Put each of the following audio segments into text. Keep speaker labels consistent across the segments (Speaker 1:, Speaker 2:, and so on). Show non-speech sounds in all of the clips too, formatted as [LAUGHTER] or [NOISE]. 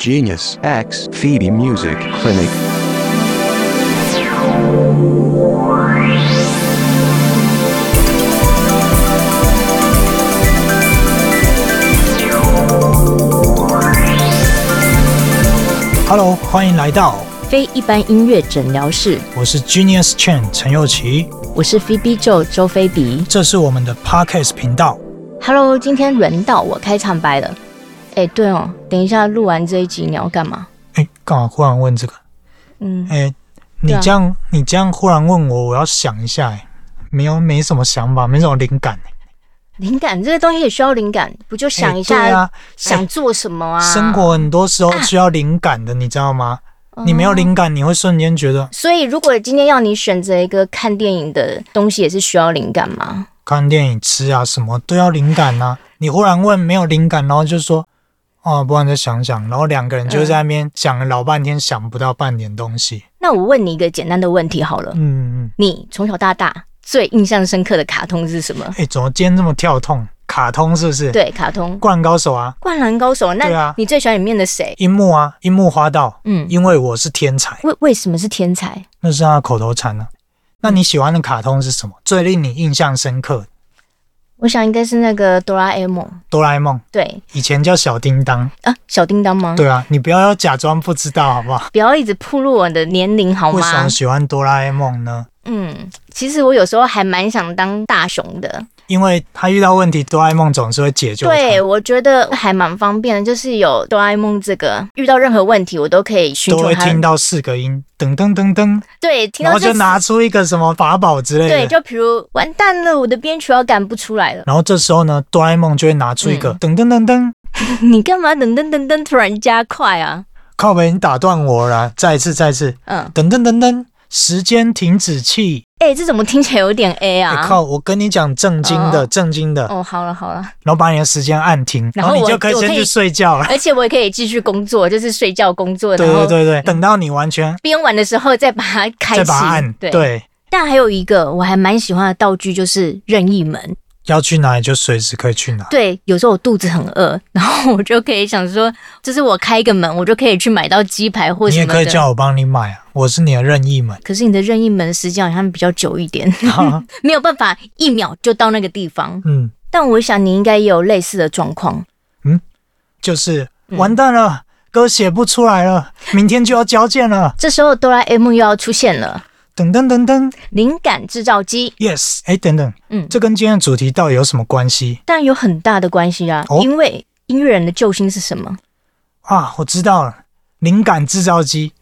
Speaker 1: Genius X Phoebe Music Clinic.
Speaker 2: Hello，欢迎来到，
Speaker 3: 非一般音乐诊疗室，
Speaker 2: 我是 Genius Chen 陈佑琪，
Speaker 3: 我是 Phoebe Jo 周菲比。
Speaker 2: 这是我们的 Podcast 频道。
Speaker 3: Hello，今天轮到我开场白了。哎，对哦，等一下录完这一集你要干嘛？
Speaker 2: 哎，干嘛忽然问这个？
Speaker 3: 嗯，
Speaker 2: 哎，你
Speaker 3: 对啊
Speaker 2: 这样、你这样忽然问我，我要想一下。哎，没有没什么想法，没什么灵感。
Speaker 3: 灵感这个东西也需要灵感，不就想一
Speaker 2: 哎对
Speaker 3: 下、
Speaker 2: 啊，
Speaker 3: 想做什么啊？
Speaker 2: 生。活很多时候需要灵感的，你知道吗？
Speaker 3: 哦
Speaker 2: 你没有灵感，你会瞬间觉得
Speaker 3: 所以，如果今天要你选择一个看电影的东西，也是需要灵感吗？
Speaker 2: 看电影、吃啊什么都要灵感呐、你忽然问没有灵感，然后就说哦，不然再想想，然后两个人就在那边想了老半天，想不到半点东西。
Speaker 3: 那我问你一个简单的问题好了，
Speaker 2: 嗯嗯，
Speaker 3: 你从小到大最印象深刻的卡通是什么？
Speaker 2: 哎、怎么今天这么跳痛？卡通是不是？，
Speaker 3: 对，卡通《
Speaker 2: 灌篮高手啊，
Speaker 3: 灌篮高手》。
Speaker 2: 对
Speaker 3: 那
Speaker 2: 啊
Speaker 3: 你最喜欢里面的谁？
Speaker 2: 樱木啊，樱木花道，
Speaker 3: 嗯，
Speaker 2: 因为我是天才，
Speaker 3: 为为什么是天才？
Speaker 2: 那是他的口头禅啊。那你喜欢的卡通是什么？最令你印象深刻的？
Speaker 3: 我想应该是那个哆啦 A 梦，
Speaker 2: 哆啦 A 梦，
Speaker 3: 对
Speaker 2: 以前叫小叮当。
Speaker 3: 啊，小叮当吗？
Speaker 2: 对啊，你不要假装不知道好不好？
Speaker 3: 不要一直暴露我的年龄好
Speaker 2: 为什
Speaker 3: 吗
Speaker 2: 么？喜欢哆啦 A 梦呢？
Speaker 3: 嗯，其实我有时候还蛮想当大雄的，
Speaker 2: 因为他遇到问题，哆啦 A 梦总是会解救他。
Speaker 3: 对我觉得还蛮方便的，就是有哆啦 A 梦这个，遇到任何问题我都可以寻
Speaker 2: 都
Speaker 3: 求
Speaker 2: 会
Speaker 3: 他。
Speaker 2: 听到四个音，噔噔噔噔，
Speaker 3: 对，听
Speaker 2: 然
Speaker 3: 到
Speaker 2: 后
Speaker 3: 这
Speaker 2: 就拿出一个什么法宝之类的。
Speaker 3: 对，就比如完蛋了，我的编曲要赶不出来了， [LAUGHS]
Speaker 2: 然后这时候呢，哆啦 A 梦就会拿出一
Speaker 3: 嗯
Speaker 2: 个、噔噔噔噔，
Speaker 3: 你干嘛噔噔噔噔突然加快啊？
Speaker 2: 靠北，你打断我了啊，再一次，再一次，
Speaker 3: 嗯，
Speaker 2: 噔噔噔噔，时间停止器。
Speaker 3: 哎、这怎么听起来有点 A
Speaker 2: 哎
Speaker 3: 啊？
Speaker 2: 靠，我跟你讲正经的，
Speaker 3: 哦
Speaker 2: 正经的，
Speaker 3: 哦，好了好了，
Speaker 2: 然后把你的时间按停，
Speaker 3: 然
Speaker 2: 然
Speaker 3: 后
Speaker 2: 后你
Speaker 3: 我
Speaker 2: 就可以
Speaker 3: 我
Speaker 2: 先
Speaker 3: 可以哎
Speaker 2: 去睡觉了。
Speaker 3: 而且我也可以继续工作，就是睡觉工作，
Speaker 2: 对
Speaker 3: 然后
Speaker 2: 对对对，等到你完全
Speaker 3: 编完的时候再把它开启。
Speaker 2: 再把它按，
Speaker 3: 对。但还有一个我还蛮喜欢的道具就是任意门。
Speaker 2: 要去哪里就随时可以去哪。
Speaker 3: 对，有时候我肚子很饿，然后我就可以想说，就是我开一个门，我就可以去买到鸡排或
Speaker 2: 你
Speaker 3: 什
Speaker 2: 也
Speaker 3: 么的。
Speaker 2: 可以叫我帮你买啊，我是你的任意门。
Speaker 3: [LAUGHS]
Speaker 2: [LAUGHS]
Speaker 3: 可是你的任意门时间好像比较久一点， [LAUGHS] 没有办法一秒就到那个地方。
Speaker 2: 嗯，
Speaker 3: 但我想你应该也有类似的状况。
Speaker 2: 就是
Speaker 3: 嗯
Speaker 2: 完蛋了，歌写不出来了，明天就要交件了。
Speaker 3: 这时候哆啦 A 梦又要出现了，
Speaker 2: 等等等等
Speaker 3: 灵感制造机，
Speaker 2: ，yes，哎，等等，
Speaker 3: 嗯，
Speaker 2: 这跟今天的主题到底有什么关系
Speaker 3: 当然有很大的关系啊，
Speaker 2: 哦
Speaker 3: 因为音乐人的救星是什么？
Speaker 2: 啊？我知道了，灵感制造机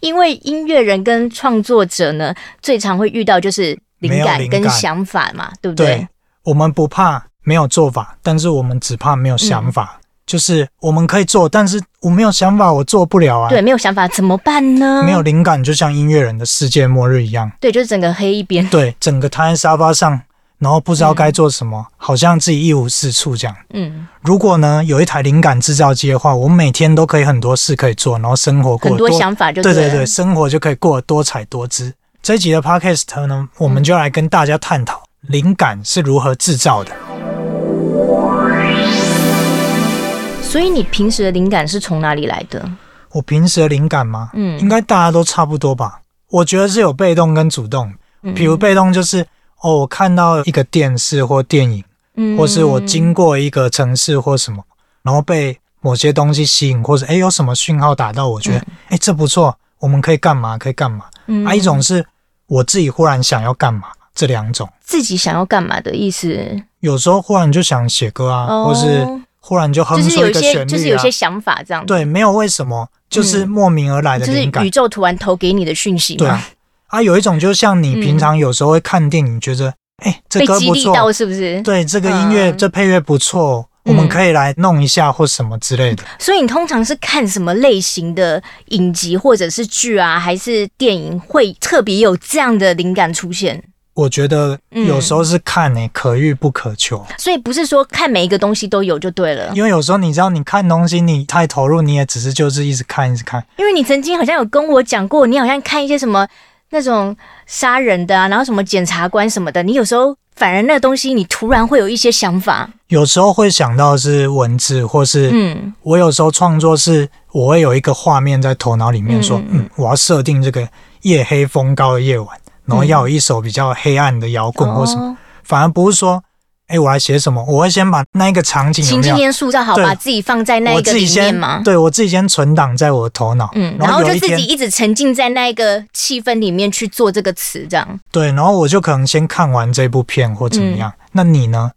Speaker 3: 因为音乐人跟创作者呢，最常会遇到就是灵
Speaker 2: 没有
Speaker 3: 感
Speaker 2: 灵感
Speaker 3: 跟想法嘛，对不
Speaker 2: 对我们不怕没有做法，但是我们只怕没有想法。
Speaker 3: 嗯
Speaker 2: 就是我们可以做，但是我没有想法，我做不了啊。
Speaker 3: 对，没有想法怎么办呢？
Speaker 2: 没有，灵感，就像音乐人的世界末日一样。
Speaker 3: 对，就是整个黑一边。
Speaker 2: 对，整个瘫在沙发上，然后不知道该做什么，好像自己一无是处这样。
Speaker 3: 嗯，
Speaker 2: 如果呢有一台灵感制造机的话，我每天都可以很多事可以做，然后生活过
Speaker 3: 很
Speaker 2: 得
Speaker 3: 多想法就
Speaker 2: 对
Speaker 3: 对
Speaker 2: 对
Speaker 3: 了
Speaker 2: 对，生活就可以过得多彩多姿。这一集的 podcast 呢，我
Speaker 3: 嗯
Speaker 2: 们就来跟大家探讨灵感是如何制造的。
Speaker 3: 所以你平时的灵感是从哪里来的？
Speaker 2: 我平时的灵感吗？
Speaker 3: 嗯
Speaker 2: 应该大家都差不多吧。我觉得是有被动跟主动。
Speaker 3: 嗯
Speaker 2: 比如被动就是哦，我看到一个电视或电影，
Speaker 3: 嗯
Speaker 2: 或是我经过一个城市或什么，然后被某些东西吸引，或者诶有什么讯号打到，我觉得诶这不错，我们可以干嘛？可以干嘛？
Speaker 3: 嗯
Speaker 2: 啊，一种是我自己忽然想要干嘛，这两种。
Speaker 3: 自己想要干嘛的意思，
Speaker 2: 有时候忽然就想写歌啊，
Speaker 3: 哦
Speaker 2: 或是忽然就哼
Speaker 3: 就是
Speaker 2: 出
Speaker 3: 有
Speaker 2: 一
Speaker 3: 一
Speaker 2: 个
Speaker 3: 些、
Speaker 2: 旋律啊，
Speaker 3: 就是有一些想法这样，，
Speaker 2: 对，没有为什么，就是
Speaker 3: 嗯
Speaker 2: 莫名而来的
Speaker 3: 就是
Speaker 2: 灵感。
Speaker 3: 宇宙突然投给你的讯息嘛，
Speaker 2: 对啊，啊，有一种就像你平常有时候会看电影，觉得诶这
Speaker 3: 嗯被
Speaker 2: 歌
Speaker 3: 激
Speaker 2: 不
Speaker 3: 励
Speaker 2: 错，
Speaker 3: 到是不是？
Speaker 2: 对，这个音乐、
Speaker 3: 嗯
Speaker 2: 这配乐不错，我
Speaker 3: 嗯
Speaker 2: 们可以来弄一下或什么之类的。
Speaker 3: 所以你通常是看什么类型的影集或者是剧啊，还是电影会特别有这样的灵感出现？
Speaker 2: 我觉得
Speaker 3: 嗯
Speaker 2: 有时候是看诶、可遇不可求。
Speaker 3: 所以不是说看每一个东西都有就对了，
Speaker 2: 因为有时候你知道，你看东西你太投入，你也只是就是一直看一直看。
Speaker 3: 因为你曾经好像有跟我讲过，你好像看一些什么那种杀人的啊，然后什么检察官什么的，你有时候反而那东西你突然会有一些想法，
Speaker 2: 有时候会想到是文字，或是
Speaker 3: 嗯，
Speaker 2: 我有时候创作是，我会有一个画面在头脑里面说，嗯我要设定这个夜黑风高的夜晚，然后要有一首比较黑暗的摇滚或什么，
Speaker 3: 嗯哦，
Speaker 2: 反而不是说，哎、我来写什么，我会先把那一个场景有
Speaker 3: 情
Speaker 2: 没
Speaker 3: 境
Speaker 2: 有，
Speaker 3: 先塑造好，
Speaker 2: 对
Speaker 3: 把自己放在那
Speaker 2: 我
Speaker 3: 一个
Speaker 2: 自
Speaker 3: 里
Speaker 2: 己
Speaker 3: 面
Speaker 2: 先
Speaker 3: 嘛，
Speaker 2: 对我自己先存档在我的头脑，
Speaker 3: 嗯，
Speaker 2: 然
Speaker 3: 然
Speaker 2: 后
Speaker 3: 后
Speaker 2: 有
Speaker 3: 就
Speaker 2: 一
Speaker 3: 自
Speaker 2: 天
Speaker 3: 己一直沉浸在那一个气氛里面去做这个词，这样。
Speaker 2: 对，然后我就可能先看完这部片或怎么样。
Speaker 3: 嗯
Speaker 2: 那你呢？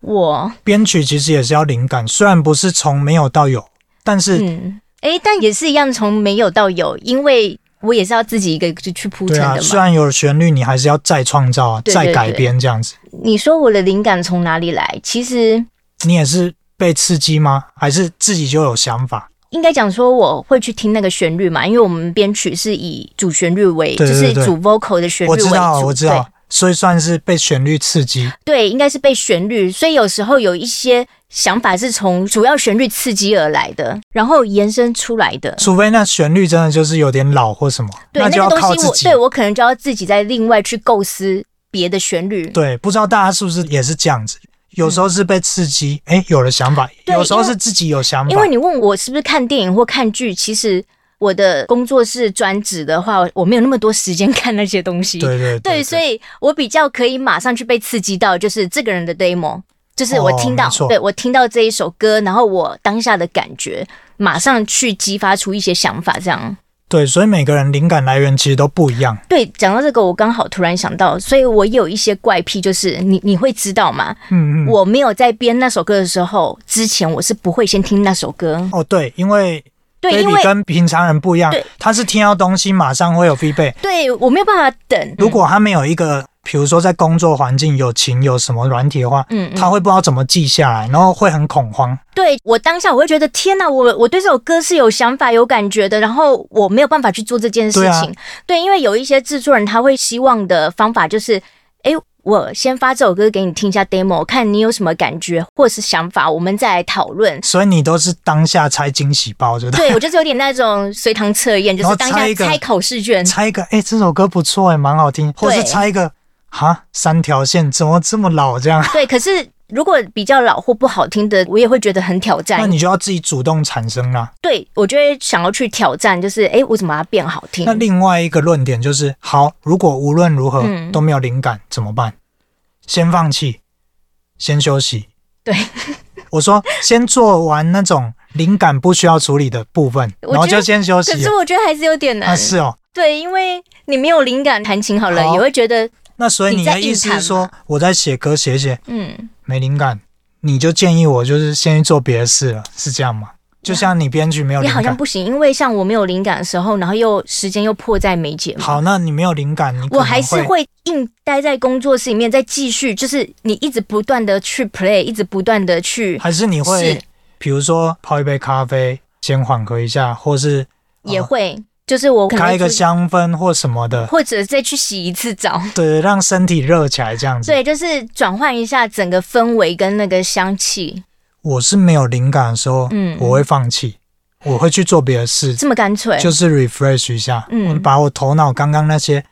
Speaker 3: 我，
Speaker 2: 编曲其实也是要灵感，虽然不是从没有到有，但是、
Speaker 3: 嗯，诶，但也是一样，从没有到有，因为我也是要自己一个就去铺
Speaker 2: 对
Speaker 3: 陈
Speaker 2: 啊，
Speaker 3: 的
Speaker 2: 虽
Speaker 3: 嘛。
Speaker 2: 然有旋律，你还是要再创造啊，
Speaker 3: 对
Speaker 2: 再
Speaker 3: 对
Speaker 2: 改
Speaker 3: 对
Speaker 2: 编这样子。
Speaker 3: 你说我的灵感从哪里来？其实
Speaker 2: 你也是被刺激吗？还是自己就有想法？
Speaker 3: 应该讲说我会去听那个旋律嘛，因为我们编曲是以主旋律为，
Speaker 2: 对对对
Speaker 3: 就是主 vocal 的旋律
Speaker 2: 我
Speaker 3: 为
Speaker 2: 知
Speaker 3: 主。
Speaker 2: 道，我知
Speaker 3: 对
Speaker 2: 道，所以算是被旋律刺激。
Speaker 3: 对，应该是被旋律，所以有时候有一些想法是从主要旋律刺激而来的，然后延伸出来的。
Speaker 2: 除非那旋律真的就是有点老或什么，
Speaker 3: 对，
Speaker 2: 就要
Speaker 3: 个
Speaker 2: 靠
Speaker 3: 东西
Speaker 2: 自
Speaker 3: 我
Speaker 2: 己。
Speaker 3: 对我可能就要自己再另外去构思别的旋律。
Speaker 2: 对不知道大家是不是也是这样子？有时候是被刺激，哎、有了想法；
Speaker 3: 嗯对
Speaker 2: 有时候
Speaker 3: 因为
Speaker 2: 是自己有想法。
Speaker 3: 因为你问我是不是看电影或看剧，其实我的工作是专职的话，我没有那么多时间看那些东西。
Speaker 2: 对对
Speaker 3: 对所以我比较可以马上去被刺激到，就是这个人的 demo，就是我
Speaker 2: 哦
Speaker 3: 听到，
Speaker 2: 没错
Speaker 3: 对我听到这一首歌，然后我当下的感觉，马上去激发出一些想法，这样。
Speaker 2: 对，所以每个人灵感来源其实都不一样。
Speaker 3: 对，讲到这个，我刚好突然想到，所以我有一些怪癖，就是你你会知道吗？
Speaker 2: 嗯嗯。
Speaker 3: 我没有在编那首歌的时候，之前我是不会先听那首歌，
Speaker 2: 哦，对，因为
Speaker 3: 对，因
Speaker 2: 哦 baby
Speaker 3: 为
Speaker 2: 跟平常人不一样
Speaker 3: 对，嗯
Speaker 2: 他是听到东西马上会有 feedback。
Speaker 3: 对我没有办法等。
Speaker 2: 如果他没有一个，比如说在工作环境有情有什么软体的话，
Speaker 3: 嗯嗯
Speaker 2: 他会不知道怎么记下来，然后会很恐慌。
Speaker 3: 对我当下我会觉得天哪，我我对这首歌是有想法、有感觉的，然后我没有办法去做这件事
Speaker 2: 对啊
Speaker 3: 情。对，因为有一些制作人他会希望的方法就是，诶，我先发这首歌给你听一下 demo，看你有什么感觉或是想法，我们再来讨论。
Speaker 2: 所以你都是当下拆惊喜包，就
Speaker 3: 对我就是有点那种随堂测验，就
Speaker 2: 然后
Speaker 3: 是当
Speaker 2: 猜
Speaker 3: 下
Speaker 2: 一个
Speaker 3: 猜考试卷。
Speaker 2: 猜一个，哎、这首歌不错哎、蛮好听，或是
Speaker 3: 对
Speaker 2: 猜一个，哈，三条线怎么这么老这样？
Speaker 3: 对，可是如果比较老或不好听的，我也会觉得很挑
Speaker 2: 那
Speaker 3: 战。
Speaker 2: 你就要自己主动产生啊啦。
Speaker 3: 对我就会想要去挑战，就是诶，我怎么把它变好听
Speaker 2: 那？另外一个论点就是，好，如果无论如何
Speaker 3: 嗯
Speaker 2: 都没有灵感，怎么办？先放弃，先休息。
Speaker 3: 对，
Speaker 2: [LAUGHS] 我说先做完那种灵感不需要处理的部分，
Speaker 3: 我
Speaker 2: 然后
Speaker 3: 觉
Speaker 2: 就
Speaker 3: 得
Speaker 2: 先休
Speaker 3: 可
Speaker 2: 息
Speaker 3: 是。我觉得还是有点难。
Speaker 2: 啊，是哦。
Speaker 3: 对，因为你没有灵感，弹琴好了
Speaker 2: 好
Speaker 3: 也会觉得，
Speaker 2: 那所以
Speaker 3: 你
Speaker 2: 你
Speaker 3: 在
Speaker 2: 的意
Speaker 3: 硬
Speaker 2: 思
Speaker 3: 谈
Speaker 2: 是说，我在写歌写一写
Speaker 3: 嗯，
Speaker 2: 没灵感，你就建议我就是先去做别的事了，是这样吗？就像你编剧没有
Speaker 3: 啊你
Speaker 2: 灵
Speaker 3: 好像
Speaker 2: 感，
Speaker 3: 不行，因为像我没有灵感的时候，然后又时间又迫在眉睫嘛。
Speaker 2: 好，那你没有灵感，你可
Speaker 3: 我
Speaker 2: 能
Speaker 3: 还是会硬待在工作室里面，再继续，就是你一直不断的去 play，一直不断的去，
Speaker 2: 还是你会
Speaker 3: 是，
Speaker 2: 比如说泡一杯咖啡，先缓和一下，或是
Speaker 3: 也会，就是我可能
Speaker 2: 开一个
Speaker 3: 出去
Speaker 2: 香氛或什么的，
Speaker 3: 或者再去洗一次澡。
Speaker 2: 对，让身体热起来这样子。
Speaker 3: [LAUGHS] 对，就是转换一下整个氛围跟那个香气，
Speaker 2: 我是没有灵感的时候，
Speaker 3: 嗯
Speaker 2: 我会放弃，我会去做别的事，
Speaker 3: 这么干脆。
Speaker 2: 就是 refresh 一下，
Speaker 3: 嗯
Speaker 2: 我把我头脑刚刚那些，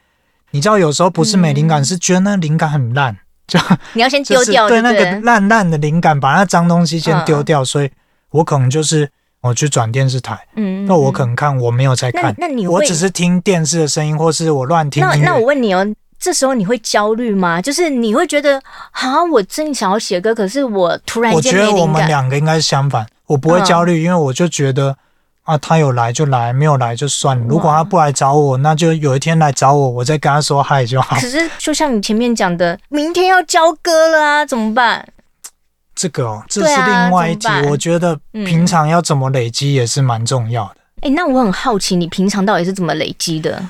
Speaker 2: 你知道，有时候不是没灵感，是觉得那灵感很烂，就
Speaker 3: 你要先
Speaker 2: 就
Speaker 3: 嗯丢
Speaker 2: 是
Speaker 3: 掉，
Speaker 2: 对
Speaker 3: 对
Speaker 2: 那
Speaker 3: 不
Speaker 2: 个
Speaker 3: 对？
Speaker 2: 烂烂的灵感，把那脏东西先
Speaker 3: 嗯
Speaker 2: 丢掉，所以我可能就是我去转电视台，
Speaker 3: 嗯，
Speaker 2: 那我可
Speaker 3: 能
Speaker 2: 能看我没有在看，
Speaker 3: 那那你
Speaker 2: 我
Speaker 3: 会
Speaker 2: 只是听电视的声音，或是我乱听
Speaker 3: 那
Speaker 2: 音
Speaker 3: 那我
Speaker 2: 乐。
Speaker 3: 问你哦，这时候你会焦虑吗？就是你会觉得，啊，我正想要写歌，可是我突然
Speaker 2: 我
Speaker 3: 间
Speaker 2: 觉
Speaker 3: 没
Speaker 2: 得我
Speaker 3: 灵
Speaker 2: 们
Speaker 3: 感。
Speaker 2: 两个应该是相反，我不会
Speaker 3: 嗯
Speaker 2: 焦虑，因为我就觉得啊，他有来就来，没有来就算了。如果他不来找我，那就有一天来找我，我再跟他说嗨就好
Speaker 3: 可。是就像你前面讲的，明天要交歌了啊，怎么办？
Speaker 2: 这个哦，这
Speaker 3: 对
Speaker 2: 是
Speaker 3: 啊
Speaker 2: 另外一集
Speaker 3: 怎么，办嗯
Speaker 2: 我觉得平常要怎么累积也是蛮重要的。
Speaker 3: 哎，那我很好奇，你平常到底是怎么累积的？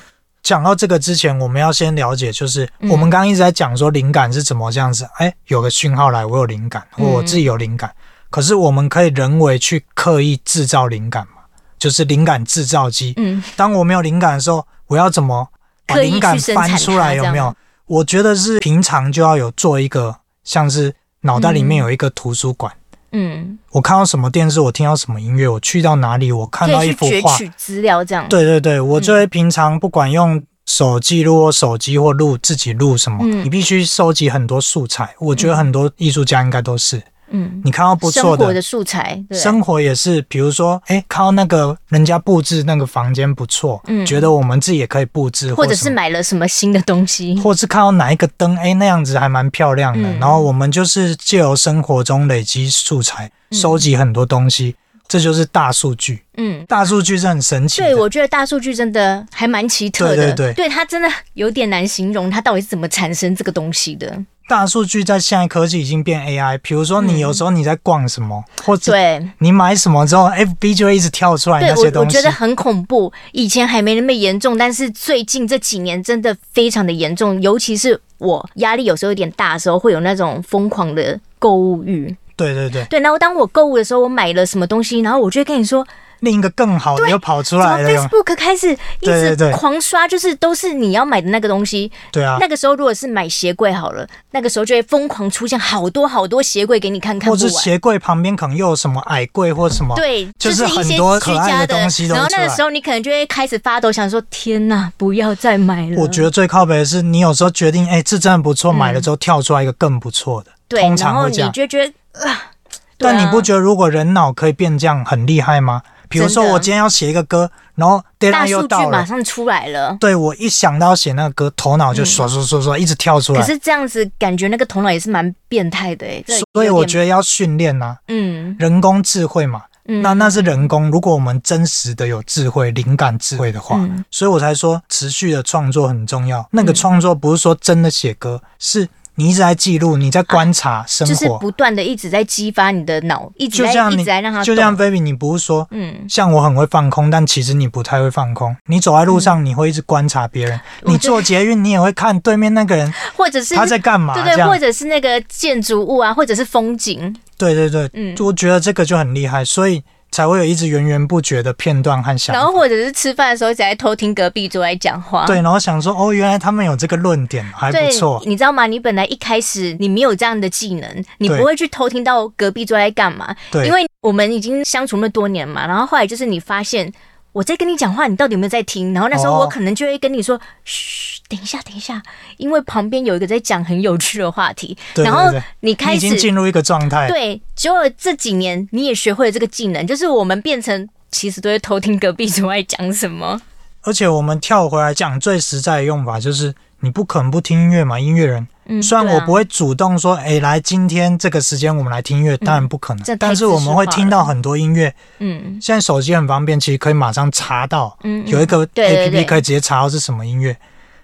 Speaker 2: 讲到这个之前，我们要先了解，就是
Speaker 3: 嗯
Speaker 2: 我们刚刚一直在讲说灵感是怎么这样子，哎、有个讯号来，我有灵感，
Speaker 3: 嗯
Speaker 2: 或我自己有灵感。可是我们可以人为去刻意制造灵感嘛，就是灵感制造机。
Speaker 3: 嗯，
Speaker 2: 当我没有灵感的时候，我要怎么把
Speaker 3: 刻意
Speaker 2: 灵感
Speaker 3: 去生产
Speaker 2: 翻出来？
Speaker 3: 它这
Speaker 2: 有
Speaker 3: 样
Speaker 2: 没有？我觉得是平常就要有做一个，像是脑袋里面有一个图书馆，
Speaker 3: 嗯，
Speaker 2: 我看到什么电视，我听到什么音乐，我去到哪里，我看
Speaker 3: 可
Speaker 2: 到一
Speaker 3: 以去
Speaker 2: 幅
Speaker 3: 攫嗯
Speaker 2: 画，
Speaker 3: 取资料这样。
Speaker 2: 对对对，我就会平常不管用手记录或手机或录自己录什么，
Speaker 3: 嗯
Speaker 2: 你必须收集很多素材。我觉得很多艺术家应该都是，
Speaker 3: 嗯，
Speaker 2: 你看到不
Speaker 3: 生
Speaker 2: 错
Speaker 3: 活
Speaker 2: 的
Speaker 3: 的素材，对，
Speaker 2: 生活也是，比如说，哎、看到那个人家布置那个房间不错，
Speaker 3: 嗯
Speaker 2: 觉得我们自己也可以布置，
Speaker 3: 或者
Speaker 2: 什
Speaker 3: 是
Speaker 2: 么
Speaker 3: 买了什么新的东西，
Speaker 2: 或是看到哪一个灯，哎、那样子还蛮漂亮的。
Speaker 3: 嗯
Speaker 2: 然后我们就是借由生活中累积素材，收集很多东西，这就是大数据。
Speaker 3: 嗯。
Speaker 2: 大数据是很神奇的，
Speaker 3: 对，我觉得大数据真的还蛮奇特的，
Speaker 2: 对对对
Speaker 3: 它真的有点难形容，它到底是怎么产生这个东西的？
Speaker 2: 大数据在现在科技已经变 AI，比如说你有时候你在逛什么，或者
Speaker 3: 嗯对，
Speaker 2: 你买什么之后，FB 就会一直跳出来
Speaker 3: 对
Speaker 2: 那些
Speaker 3: 我我
Speaker 2: 东西
Speaker 3: 觉。得很恐怖，以前还没那么严重，但是最近这几年真的非常的严重，尤其是我压力有时候有点大的时候，会有那种疯狂的购物欲。
Speaker 2: 对对对，
Speaker 3: 对，然后当我购物的时候，我买了什么东西，然后我就会跟你说，
Speaker 2: 另一个更好的又跑出
Speaker 3: 怎么
Speaker 2: 来了哟。
Speaker 3: Facebook 开始一
Speaker 2: 对对
Speaker 3: 直
Speaker 2: 对
Speaker 3: 狂刷，就是都是你要买的那个东西。
Speaker 2: 对啊，
Speaker 3: 那个时候如果是买鞋柜好了，那个时候就会疯狂出现好多好多鞋柜给你看看
Speaker 2: 或
Speaker 3: 不
Speaker 2: 是
Speaker 3: 完。
Speaker 2: 鞋柜旁边可能又有什么矮柜或什么。
Speaker 3: 对，
Speaker 2: 哦就是是
Speaker 3: 一
Speaker 2: 很
Speaker 3: 些
Speaker 2: 多
Speaker 3: 居
Speaker 2: 可爱
Speaker 3: 家
Speaker 2: 的东西都
Speaker 3: 然后
Speaker 2: 出
Speaker 3: 那个
Speaker 2: 来
Speaker 3: 时候你可能就会开始发抖，想说：“天哪，不要再买了。”
Speaker 2: 我觉得最靠北的是，你有时候决定，哎、这真的不
Speaker 3: 嗯
Speaker 2: 错，买了之后跳出来一个更不错的，
Speaker 3: 对，
Speaker 2: 通
Speaker 3: 然
Speaker 2: 常
Speaker 3: 后
Speaker 2: 会
Speaker 3: 你
Speaker 2: 这样。
Speaker 3: 就觉得啊，对
Speaker 2: 但你
Speaker 3: 啊
Speaker 2: 不觉得如果人脑可以变这样很厉害吗？比如说
Speaker 3: 真的
Speaker 2: 我今天要写一个歌，然后 deadline
Speaker 3: 大数
Speaker 2: 又
Speaker 3: 据
Speaker 2: 到
Speaker 3: 马
Speaker 2: 了，
Speaker 3: 上出来了？
Speaker 2: 对我一想到写那个歌，头脑就刷刷刷刷一直跳出
Speaker 3: 可
Speaker 2: 来。
Speaker 3: 是这样子感觉那个头脑也是蛮变态的哎、欸，
Speaker 2: 所以我
Speaker 3: 得，
Speaker 2: 觉得要训练呐、
Speaker 3: 嗯
Speaker 2: 人工智慧嘛，
Speaker 3: 嗯，
Speaker 2: 那那是人工。如果我们真实的有智慧、灵感、智慧的话，
Speaker 3: 嗯
Speaker 2: 所以我才说持续的创作很重要。那个创作不是说真的写歌，是你一直在记录，你在观察生
Speaker 3: 就是
Speaker 2: 活。
Speaker 3: 不断的一直在激发你的脑，一直
Speaker 2: 就
Speaker 3: 在
Speaker 2: 像
Speaker 3: 一
Speaker 2: 你
Speaker 3: 直在让它，
Speaker 2: 就像
Speaker 3: 动
Speaker 2: baby，你不是说。
Speaker 3: 嗯，
Speaker 2: 像我很会放空，但其实你不太会放空。你走在路上，你会一直观察别人；
Speaker 3: 嗯我
Speaker 2: 你
Speaker 3: 觉得
Speaker 2: 坐捷运，你也会看对面那个
Speaker 3: [LAUGHS]
Speaker 2: 人
Speaker 3: 或者是
Speaker 2: 他在干嘛。
Speaker 3: 对
Speaker 2: 这
Speaker 3: 对，
Speaker 2: 样
Speaker 3: 或者是那个建筑物啊，或者是风景，
Speaker 2: 对对对，
Speaker 3: 嗯
Speaker 2: 我觉得这个就很厉害，所以才会有一直源源不绝的片段和想
Speaker 3: 然
Speaker 2: 法
Speaker 3: 后。或者是吃饭的时候一直在偷听隔壁桌在讲话，
Speaker 2: 对，然后想说，哦，原来他们有这个论点，还
Speaker 3: 对
Speaker 2: 不错，。
Speaker 3: 你知道吗？你本来一开始你没有这样的技能，你
Speaker 2: 对
Speaker 3: 不会去偷听到隔壁桌在干嘛，
Speaker 2: 对
Speaker 3: 因为我们已经相处那么多年嘛。然后后来就是你发现我在跟你讲话，你到底有没有在听？然后那时候
Speaker 2: 哦
Speaker 3: 我可能就会跟你说：“嘘，等一下，等一下，因为旁边有一个在讲很有趣的话题。”
Speaker 2: 对
Speaker 3: 然后
Speaker 2: 对对
Speaker 3: 你
Speaker 2: 你
Speaker 3: 开
Speaker 2: 已
Speaker 3: 始
Speaker 2: 经进入一个状态。
Speaker 3: 对，结果这几年你也学会了这个技能，就是我们变成其实都会偷听隔壁桌在讲什么。
Speaker 2: 而且我们跳回来讲最实在的用法，就是你不可能不听音乐嘛，音乐人。
Speaker 3: 嗯
Speaker 2: 虽然
Speaker 3: 对啊
Speaker 2: 我不会主动说，哎、来今天这个时间我们来听音乐，当然不可能
Speaker 3: 嗯这太。
Speaker 2: 但是我们会听到很多音乐。
Speaker 3: 嗯
Speaker 2: 现在手机很方便，其实可以马上查到，
Speaker 3: 嗯嗯
Speaker 2: 有一个
Speaker 3: 对对
Speaker 2: A
Speaker 3: 对
Speaker 2: P P 可以直接查到是什么音乐，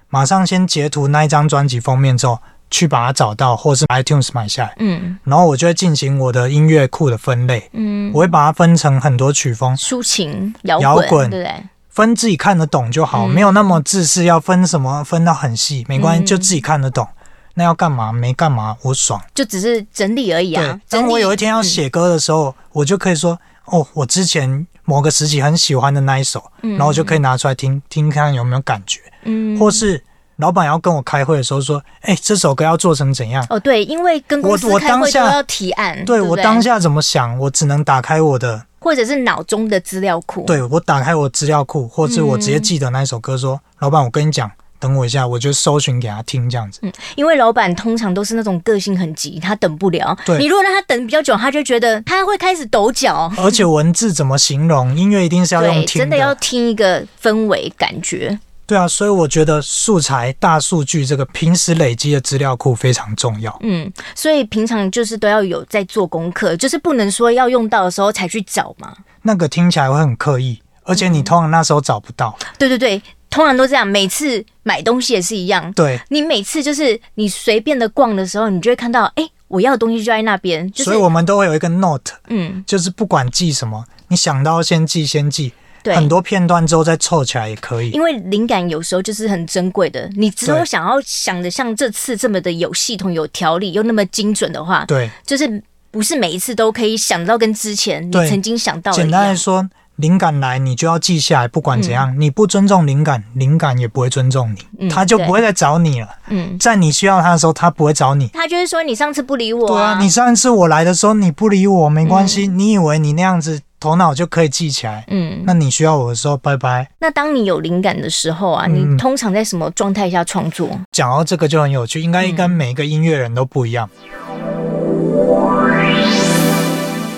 Speaker 2: 马上先截图那一张专辑封面之后，去把它找到，或是 iTunes 买下来。
Speaker 3: 嗯
Speaker 2: 然后我就会进行我的音乐库的分类，
Speaker 3: 嗯，
Speaker 2: 我会把它分成很多曲风，
Speaker 3: 抒情摇
Speaker 2: 摇
Speaker 3: 滚，
Speaker 2: 滚
Speaker 3: 对不对？
Speaker 2: 分自己看得懂就好，
Speaker 3: 嗯
Speaker 2: 没有那么自私，要分什么分到很细，没关系，
Speaker 3: 嗯
Speaker 2: 就自己看得懂。那要干嘛？没干嘛，我爽。
Speaker 3: 就只是整理而已
Speaker 2: 对
Speaker 3: 啊。，
Speaker 2: 当
Speaker 3: 整
Speaker 2: 我
Speaker 3: 理
Speaker 2: 有一天要写歌的时候，我就可以说，哦，我之前某个时期很喜欢的那一首，然后我就可以拿出来听听看有没有感觉，
Speaker 3: 嗯，
Speaker 2: 或是老板要跟我开会的时候说，哎，这首歌要做成怎样？
Speaker 3: 哦，对，因为跟公司
Speaker 2: 我我
Speaker 3: 开
Speaker 2: 当
Speaker 3: 会都
Speaker 2: 下
Speaker 3: 要提案，对
Speaker 2: 对
Speaker 3: 不
Speaker 2: 我
Speaker 3: 对
Speaker 2: 当下怎么想，我只能打开我的，
Speaker 3: 或者是脑中的资料库，，
Speaker 2: 对我打开我资料库，或是我直
Speaker 3: 嗯
Speaker 2: 接记得那一首歌，说，老板，我跟你讲，等我一下，我就搜寻给他听这样子。
Speaker 3: 因为老板通常都是那种个性很急，他等不了。
Speaker 2: 对
Speaker 3: 你如果让他等比较久，他就觉得他会开始抖脚。
Speaker 2: [LAUGHS] 而且文字怎么形容？音乐一定是要用
Speaker 3: 对，
Speaker 2: 听
Speaker 3: 真的要听一个氛围感觉。
Speaker 2: 对啊，所以我觉得素材、大数据这个平时累积的资料库非常重要。
Speaker 3: 嗯，所以平常就是都要有在做功课，就是不能说要用到的时候才去找嘛。
Speaker 2: 那个听起来会很刻意，而且你
Speaker 3: 嗯
Speaker 2: 通常那时候找不到。
Speaker 3: 对对对，通常都这样，每次买东西也是一样，
Speaker 2: 对，
Speaker 3: 你每次就是你随便的逛的时候，你就会看到，哎、我要的东西就在那边，就是
Speaker 2: 所以我们都会有一个 note，
Speaker 3: 嗯，
Speaker 2: 就是不管记什么，你想到先记先记，
Speaker 3: 对，
Speaker 2: 很多片段之后再凑起来也可以。
Speaker 3: 因为灵感有时候就是很珍贵的，你只有
Speaker 2: 对
Speaker 3: 想要想的像这次这么的有系统、有条理又那么精准的话，
Speaker 2: 对，
Speaker 3: 就是不是每一次都可以想到跟之前你
Speaker 2: 对
Speaker 3: 曾经想到的
Speaker 2: 简
Speaker 3: 一
Speaker 2: 单来
Speaker 3: 样。
Speaker 2: 说，灵感来你就要记下来，不管怎样，你不尊重灵感，灵感也不会尊重
Speaker 3: 嗯
Speaker 2: 你，他就
Speaker 3: 对
Speaker 2: 不会再找你了。
Speaker 3: 嗯，
Speaker 2: 在你需要他的时候，他不会找你。
Speaker 3: 他
Speaker 2: 啊
Speaker 3: 就是说你上次不理我
Speaker 2: 对啊，你上一次我来的时候你不理我没关系，你以为你那样子头脑就可以记起来。
Speaker 3: 嗯，
Speaker 2: 那你需要我的时候，拜拜。
Speaker 3: 那当你有灵感的时候啊，
Speaker 2: 嗯
Speaker 3: 你通常在什么状态下创作？
Speaker 2: 讲到这个就很有趣，应
Speaker 3: 嗯
Speaker 2: 该跟每一个音乐人都不一样。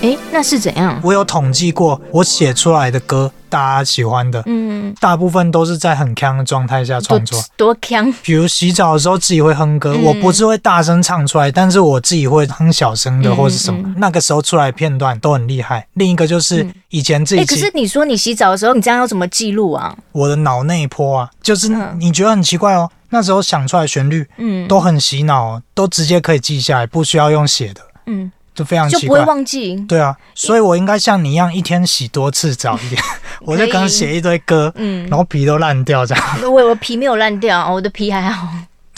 Speaker 3: 诶，那是怎样？
Speaker 2: 我有统计过，我写出来的歌，大家喜欢的，
Speaker 3: 嗯，
Speaker 2: 大部分都是在很强的状态下
Speaker 3: 多
Speaker 2: 创作。
Speaker 3: 多强？
Speaker 2: 比如洗澡的时候自己会哼歌，
Speaker 3: 嗯
Speaker 2: 我不是会大声唱出来，但是我自己会哼小声的
Speaker 3: 嗯
Speaker 2: 或是什么，
Speaker 3: 嗯
Speaker 2: 那个时候出来的片段都很厉害。另一个就是
Speaker 3: 嗯
Speaker 2: 以前自
Speaker 3: 诶，
Speaker 2: 己
Speaker 3: 可
Speaker 2: 记、
Speaker 3: 是你说你洗澡的时候，你这样要怎么记录啊？
Speaker 2: 我的脑内波啊，就是
Speaker 3: 嗯
Speaker 2: 你觉得很奇怪哦，那时候想出来的旋律
Speaker 3: 嗯，
Speaker 2: 都很洗脑、哦，都直接可以记下来，不需要用写的，
Speaker 3: 嗯，
Speaker 2: 就非常
Speaker 3: 就
Speaker 2: 奇
Speaker 3: 不会
Speaker 2: 怪。
Speaker 3: 忘记。
Speaker 2: 对啊，所以我应该像你一样，一天洗多次澡
Speaker 3: [LAUGHS]
Speaker 2: 一点，我就可能写一堆歌，
Speaker 3: 嗯
Speaker 2: 然，后皮都烂掉这样。
Speaker 3: 我我皮没有烂掉，我的皮还好。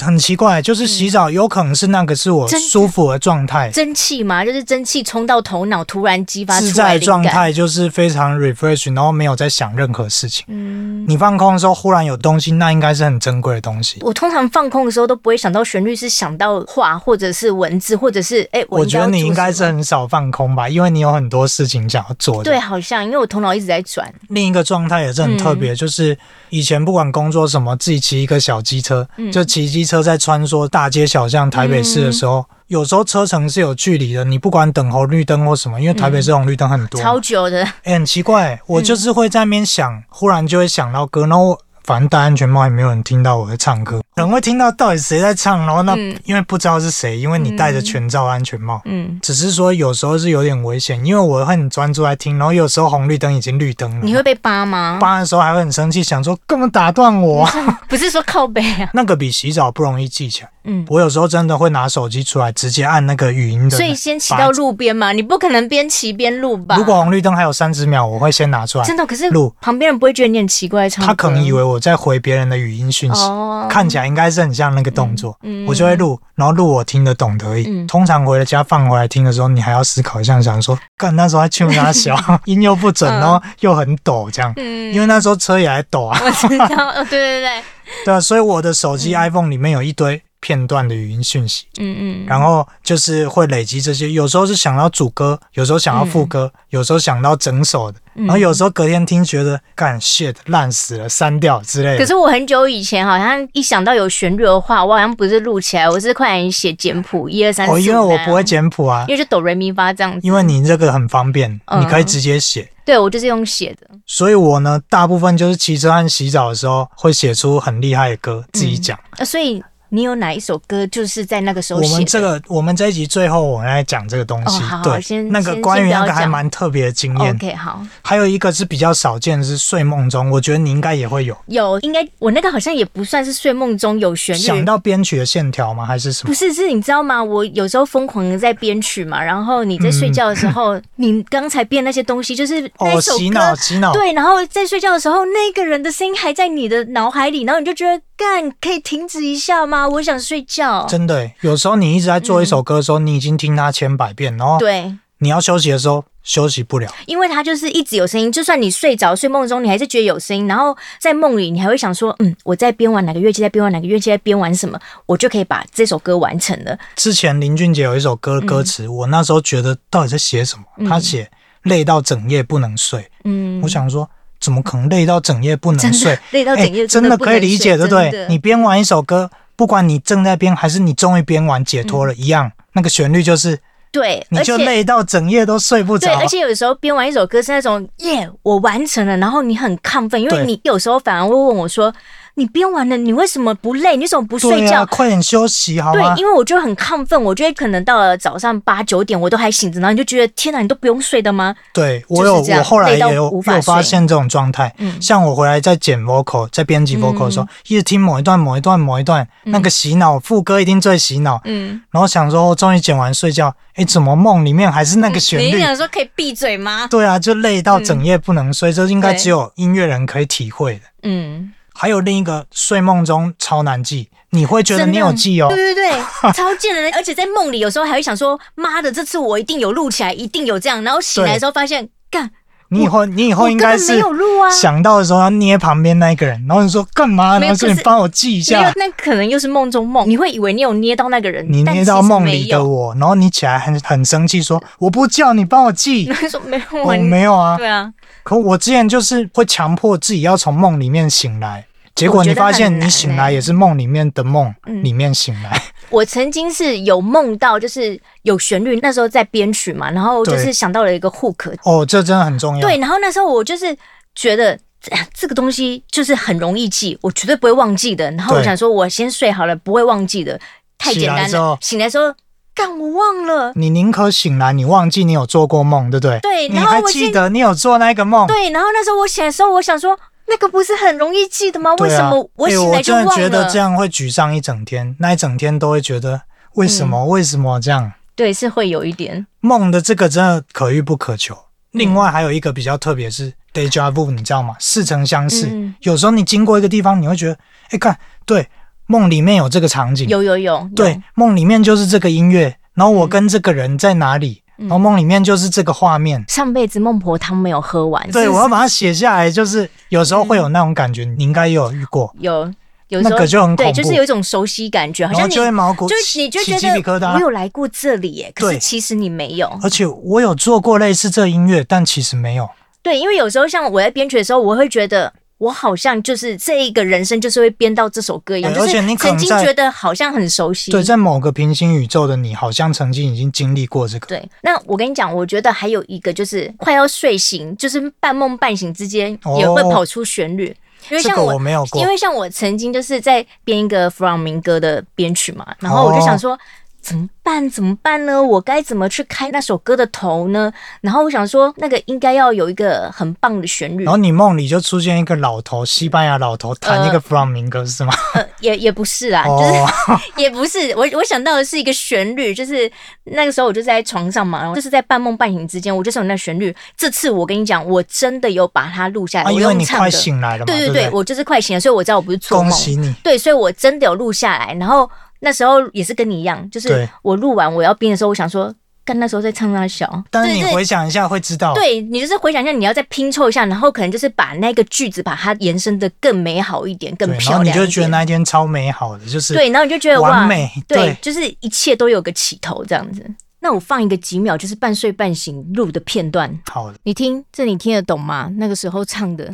Speaker 2: 很奇
Speaker 3: 嗯
Speaker 2: 怪，就是洗澡有可能是那个是我
Speaker 3: 真
Speaker 2: 舒服的状态，
Speaker 3: 蒸汽嘛，就是蒸汽冲到头脑，突然激发
Speaker 2: 自
Speaker 3: 出
Speaker 2: 在
Speaker 3: 来
Speaker 2: 的状
Speaker 3: 灵感。
Speaker 2: 态就是非常 refresh，然后没有在想任何事情。
Speaker 3: 嗯，
Speaker 2: 你放空的时候忽然有东西，那应该是很珍贵的东西。
Speaker 3: 我通常放空的时候都不会想到旋律，是想到画或者是文字，或者是哎诶，
Speaker 2: 我觉得
Speaker 3: 要
Speaker 2: 你
Speaker 3: 做
Speaker 2: 应该
Speaker 3: 什
Speaker 2: 是
Speaker 3: 么
Speaker 2: 很少放空吧，因为你有很多事情想要做的。
Speaker 3: 对，，啊好像因为我头脑一直在转。
Speaker 2: 另一个状态也是很特别，就是以前不管工作什么，自己骑一个小机车，就骑机车在穿梭大街小巷台北市的时候，有时候车程是有距离的，你不管等红绿灯或什么，因为台北市红绿灯很多嘛，
Speaker 3: 超久的，
Speaker 2: 哎、很奇怪、
Speaker 3: 嗯
Speaker 2: 我就是会在那边想，忽然就会想到歌，然后我反正戴安全帽也没有人听到我在唱歌，可能会听到到底谁在唱，然后那、
Speaker 3: 嗯
Speaker 2: 因为不知道是谁，因为你戴着全罩安全帽。
Speaker 3: 嗯，
Speaker 2: 只是说有时候是有点危险，因为我会很专注在听，然后有时候红绿灯已经绿灯了，
Speaker 3: 你会被扒吗？
Speaker 2: 扒的时候还会很生气，想说干嘛打断我、啊？ [LAUGHS]
Speaker 3: 不是说靠背啊，
Speaker 2: 那个比洗澡不容易记起来。
Speaker 3: 嗯，
Speaker 2: 我有时候真的会拿手机出来，直接按那个语音的。
Speaker 3: 所以先骑到。路边嘛，你不可能边骑边录吧？
Speaker 2: 如果红绿灯还有三十秒，我会先拿出来。
Speaker 3: 真的，可是
Speaker 2: 录
Speaker 3: 旁边人不会觉得你很奇怪，唱歌
Speaker 2: 他可能以为我在回别人的语音讯息，
Speaker 3: 哦，
Speaker 2: 看起来应该是很像那个动作，
Speaker 3: 嗯
Speaker 2: 我就会录，然后录我听得懂的而已。
Speaker 3: 嗯
Speaker 2: 通常回了家放回来听的时候，你还要思考一下，想说，干那时候还去哪
Speaker 3: [LAUGHS]
Speaker 2: 小，音又不准，
Speaker 3: 嗯
Speaker 2: 然后又很抖这样。
Speaker 3: 嗯，
Speaker 2: 因为那时候车也还抖啊，
Speaker 3: 我知道， [LAUGHS] 哦，对对对，
Speaker 2: [LAUGHS] 对啊，所以我的手机 iPhone 里面有一堆片段的语音讯息，
Speaker 3: 嗯嗯，
Speaker 2: 然后就是会累积这些，有时候是想到主歌，有时候想到副歌，
Speaker 3: 嗯
Speaker 2: 有时候想到整首的，然后有时候隔天听觉得干 shit 烂死了，删掉之类的
Speaker 3: 可。是我很久以前好像一想到有旋律的话，我好像不是录起来，我是快点写简谱，一二三四，
Speaker 2: 哦，因为
Speaker 3: 5
Speaker 2: 我
Speaker 3: 那样
Speaker 2: 不会，简谱啊，
Speaker 3: 因为就哆来咪发这样子，
Speaker 2: 因为你这个很方便，
Speaker 3: 嗯
Speaker 2: 你可以直接写。
Speaker 3: 对我就是用写的，
Speaker 2: 所以我呢，大部分就是骑车和洗澡的时候会写出很厉害的歌，自己讲。
Speaker 3: 呃所以你有哪一首歌就是在那个时候
Speaker 2: 我
Speaker 3: 写的？
Speaker 2: 们这个，我们这一集最后我来讲这个东西。
Speaker 3: 哦好
Speaker 2: 对，
Speaker 3: 先
Speaker 2: 那个
Speaker 3: 先
Speaker 2: 关于
Speaker 3: 先不
Speaker 2: 那
Speaker 3: 要
Speaker 2: 个还
Speaker 3: 讲
Speaker 2: 蛮特别的经验。
Speaker 3: OK 好。
Speaker 2: 还有一个是比较少见的是睡梦中，我觉得你应该也会有。
Speaker 3: 有，应该我那个好像也不算是睡梦中有旋律，
Speaker 2: 想到编曲的线条吗？还是什
Speaker 3: 不
Speaker 2: 么？
Speaker 3: 是，是你知道吗？我有时候疯狂的在编曲嘛，然后你在睡觉的时候，你刚才编那些东西，就是那
Speaker 2: 嗯哦，
Speaker 3: 首歌，
Speaker 2: 洗脑洗脑。
Speaker 3: 对，然后在睡觉的时候，那个人的声音还在你的脑海里，然后你就觉得，干，可以停止一下吗？我想睡觉。
Speaker 2: 真的欸，有时候你一直在做一首歌的时候，你已经听它千百遍，然后
Speaker 3: 嗯对，
Speaker 2: 你要休息的时候休息不了。
Speaker 3: 因为它就是一直有声音，就算你睡着、睡梦中，你还是觉得有声音。然后在梦里，你还会想说，嗯，我在编完哪个乐器，在编完哪个乐器，在编完什么，我就可以把这首歌完成了。
Speaker 2: 之前林俊杰有一首歌的歌词，
Speaker 3: 嗯
Speaker 2: 我那时候觉得到底在写什么？他写累到整夜不能睡，
Speaker 3: 嗯，
Speaker 2: 我想说怎么可能累到整夜不能睡？
Speaker 3: 累到
Speaker 2: 哎
Speaker 3: 整夜
Speaker 2: 真
Speaker 3: 的
Speaker 2: 的
Speaker 3: 不
Speaker 2: 可以
Speaker 3: 能
Speaker 2: 理
Speaker 3: 睡
Speaker 2: 解，对不对
Speaker 3: 真？的
Speaker 2: 你编完一首歌，不管你正在编还是你终于编完解脱了，一样那个旋律就是
Speaker 3: 对，
Speaker 2: 你
Speaker 3: 嗯而
Speaker 2: 就
Speaker 3: 且
Speaker 2: 累到整夜都睡不着
Speaker 3: 对，。而且有时候编完一首歌是那种耶，我完成了，然后你很亢奋，因为
Speaker 2: 对
Speaker 3: 你有时候反而会问我说，你编完了，你为什么不累？你为什么不睡
Speaker 2: 对
Speaker 3: 觉？
Speaker 2: 啊，快点休息好吗
Speaker 3: 对，？因为我就很亢奋，我觉得可能到了早上八九点，我都还醒着，然后你就觉得天哪，你都不用睡的吗？
Speaker 2: 对
Speaker 3: 就
Speaker 2: 我
Speaker 3: 是
Speaker 2: 有，
Speaker 3: 这样
Speaker 2: 我后来
Speaker 3: 累到
Speaker 2: 也有
Speaker 3: 无法
Speaker 2: 有发
Speaker 3: 睡
Speaker 2: 现这种状态。
Speaker 3: 嗯
Speaker 2: 像我回来在剪 vocal，在编辑 vocal 的时候，一直听某一段、某一段、某一段，那个洗脑副歌一定最洗脑。
Speaker 3: 嗯，
Speaker 2: 然后想说，哦终于剪完睡觉，诶，怎么梦里面还是那个旋
Speaker 3: 你
Speaker 2: 律？
Speaker 3: 想说可以闭嘴吗？
Speaker 2: 对啊，就累到整夜不能睡，这应该
Speaker 3: 对
Speaker 2: 只有音乐人可以体会的。
Speaker 3: 嗯，
Speaker 2: 还有另一个睡梦中超难记，你会觉得
Speaker 3: 真
Speaker 2: 你
Speaker 3: 的
Speaker 2: 有记哦
Speaker 3: 对，对对， [LAUGHS] 超贱的，而且在梦里有时候还会想说，妈的，这次我一定有录起来，一定有这样，然后醒来
Speaker 2: 对
Speaker 3: 之后发现，干，
Speaker 2: 你以后你以
Speaker 3: 我
Speaker 2: 后应
Speaker 3: 根
Speaker 2: 该
Speaker 3: 本没
Speaker 2: 是
Speaker 3: 有录啊，
Speaker 2: 想到的时候要捏旁边那一个人，然后你说干嘛？
Speaker 3: 没
Speaker 2: 然
Speaker 3: 有
Speaker 2: 后说
Speaker 3: 可
Speaker 2: 你
Speaker 3: 是
Speaker 2: 帮我记一
Speaker 3: 没有
Speaker 2: 下，，
Speaker 3: 那可能又是梦中梦，你会以为你有捏到那个人，
Speaker 2: 你
Speaker 3: 但
Speaker 2: 捏
Speaker 3: 其
Speaker 2: 到
Speaker 3: 实
Speaker 2: 梦
Speaker 3: 没
Speaker 2: 里的
Speaker 3: 有。
Speaker 2: 我，然后你起来很很生气说我不叫你帮我
Speaker 3: [LAUGHS]
Speaker 2: 记，
Speaker 3: 他 [LAUGHS] 说没有，
Speaker 2: 我
Speaker 3: 我
Speaker 2: 没有啊。
Speaker 3: 对啊，
Speaker 2: 可我之前就是会强迫自己要从梦里面醒来，结果
Speaker 3: 我觉
Speaker 2: 你
Speaker 3: 得
Speaker 2: 发现
Speaker 3: 很
Speaker 2: 你
Speaker 3: 难
Speaker 2: 醒
Speaker 3: 欸
Speaker 2: 来也是梦里面的梦
Speaker 3: 嗯
Speaker 2: 里面醒来。
Speaker 3: 我曾经是有梦到，就是有旋律，那时候在编曲嘛，然后就
Speaker 2: 对
Speaker 3: 是想到了一个 hook，
Speaker 2: 哦，这真的很重要。
Speaker 3: 对，然后那时候我就是觉得。 [COUGHS] 这这个东西就是很容易记，我绝对不会忘记的。然后我
Speaker 2: 对
Speaker 3: 想说，我先睡好了，不会忘记的，太
Speaker 2: 起
Speaker 3: 简
Speaker 2: 来
Speaker 3: 单
Speaker 2: 之后
Speaker 3: 了。醒来说，干，我忘了。
Speaker 2: 你宁可醒来，你忘记你有做过梦，对不对？
Speaker 3: 对
Speaker 2: 你
Speaker 3: 然后
Speaker 2: 还
Speaker 3: 我
Speaker 2: 记
Speaker 3: 记
Speaker 2: 得你有做那个梦。
Speaker 3: 对，然后那时候我醒来的时候，我想说，那个不是很容易记的吗？为
Speaker 2: 对
Speaker 3: 什
Speaker 2: 啊
Speaker 3: 么我
Speaker 2: 哎
Speaker 3: 醒来就
Speaker 2: 真的
Speaker 3: 忘
Speaker 2: 觉得
Speaker 3: 了？
Speaker 2: 这样会沮丧一整天，那一整天都会觉得为什么、
Speaker 3: 嗯
Speaker 2: 为什么这样？
Speaker 3: 对，是会有一点。
Speaker 2: 梦的这个真的可遇不可求。
Speaker 3: 嗯
Speaker 2: 另外还有一个比较特别是 deja vu，你知道吗？似曾相识。
Speaker 3: 嗯
Speaker 2: 有时候你经过一个地方，你会觉得，哎、看，对，梦里面有这个场景，
Speaker 3: 有有嗯有，
Speaker 2: 对，梦里面就是这个音乐，然后我跟这个人在哪里，
Speaker 3: 嗯
Speaker 2: 然后梦里面就是这个画面。
Speaker 3: 上辈子孟婆汤没有喝完，
Speaker 2: 对，
Speaker 3: 是不
Speaker 2: 我
Speaker 3: 是
Speaker 2: 要把它写下来，就是有时候会有那种感觉，你应该也有遇过，
Speaker 3: 有有
Speaker 2: 那
Speaker 3: 时候
Speaker 2: 个就很
Speaker 3: 对，
Speaker 2: 恐
Speaker 3: 就是
Speaker 2: 怖
Speaker 3: 有一种熟悉感觉，好
Speaker 2: 然后
Speaker 3: 像你
Speaker 2: 就会毛骨
Speaker 3: 就
Speaker 2: 起
Speaker 3: 你就
Speaker 2: 起
Speaker 3: 觉
Speaker 2: 鸡皮疙
Speaker 3: 得我
Speaker 2: 瘩。
Speaker 3: 有来过这里耶，可
Speaker 2: 对
Speaker 3: 是其实你没有。
Speaker 2: 而且我有做过类似这音乐，但其实没有。
Speaker 3: 对，因为有时候像我在编曲的时候，我会觉得。我好像就是这一个人生，就是会编到这首歌一样，
Speaker 2: 对
Speaker 3: 就
Speaker 2: 而且你
Speaker 3: 是
Speaker 2: 可能
Speaker 3: 曾经
Speaker 2: 在
Speaker 3: 觉得好像很熟悉。
Speaker 2: 对，在某个平行宇宙的你，好像曾经已经经历过这个。
Speaker 3: 对，那我跟你讲，我觉得还有一个就是快要睡醒，就是半梦半醒之间也会
Speaker 2: 哦
Speaker 3: 跑出旋律。因为
Speaker 2: 这
Speaker 3: 像
Speaker 2: 个
Speaker 3: 我，
Speaker 2: 我没有过
Speaker 3: 因为像我曾经就是在编一个弗朗明哥的编曲嘛，然后我
Speaker 2: 哦
Speaker 3: 就想说。怎么办？怎么办呢？我该怎么去开那首歌的头呢？然后我想说，那个应该要有一个很棒的旋律
Speaker 2: 然，后你梦里就出现一个老头，西班牙老
Speaker 3: 呃
Speaker 2: 头弹一个弗朗明哥，是吗？
Speaker 3: 也也不是啦，就是
Speaker 2: 哦，
Speaker 3: [LAUGHS] 也不是，我我想到的是一个旋律，就是那个时候我就在床上嘛，然后就是在半梦半醒之间，我就是有那旋律。这次我跟你讲，我真的有把它录下来，
Speaker 2: 啊，
Speaker 3: 哎我
Speaker 2: 因为
Speaker 3: 用
Speaker 2: 你
Speaker 3: 唱
Speaker 2: 快
Speaker 3: 的。
Speaker 2: 醒来了嘛，
Speaker 3: 对
Speaker 2: 对
Speaker 3: 对
Speaker 2: 不
Speaker 3: 对，我就是快醒了，所以我知道我不是做
Speaker 2: 恭
Speaker 3: 梦。
Speaker 2: 喜你。
Speaker 3: 对，所以我真的有录下来，然后那时候也是跟你一样，就
Speaker 2: 对
Speaker 3: 是我录完我要编的时候，我想说，干那时候在唱那小，
Speaker 2: 但是
Speaker 3: 对
Speaker 2: 你
Speaker 3: 对
Speaker 2: 回想一下会知道，
Speaker 3: 对你就是回想一下，你要再拼凑一下，然后可能就是把那个句子把它延伸的更美好一点，更
Speaker 2: 对，然
Speaker 3: 漂
Speaker 2: 后
Speaker 3: 亮
Speaker 2: 你
Speaker 3: 一点。
Speaker 2: 就觉得那一天超美好的，就是
Speaker 3: 对，然后你就觉得哇，
Speaker 2: 完美对
Speaker 3: 对，就是一切都有个起头这样子。那我放一个几秒，就是半睡半醒录的片段，
Speaker 2: 好的。
Speaker 3: 你听，这你听得懂吗？那个时候唱的，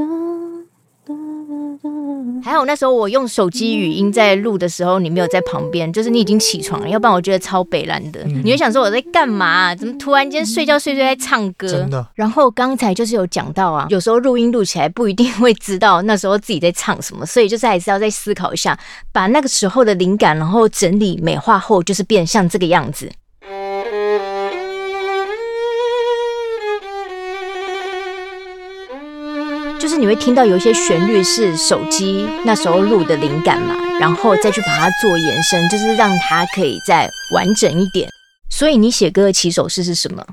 Speaker 2: 嗯
Speaker 3: 还好那时候我用手机语音在录的时候，你没有在旁
Speaker 2: 嗯
Speaker 3: 边，就是你已经起床了，要不然我觉得超北蓝的。你会想说我在干嘛啊、怎么突然间睡觉睡睡在唱歌？
Speaker 2: 真的。
Speaker 3: 然后刚才就是有讲到啊，有时候录音录起来不一定会知道那时候自己在唱什么，所以就是还是要再思考一下，把那个时候的灵感，然后整理美化后，就是变像这个样子。就是你会听到有一些旋律是手机那时候录的灵感嘛，然后再去把它做延伸，就是让它可以再完整一点。所以你写歌的起手式是什么？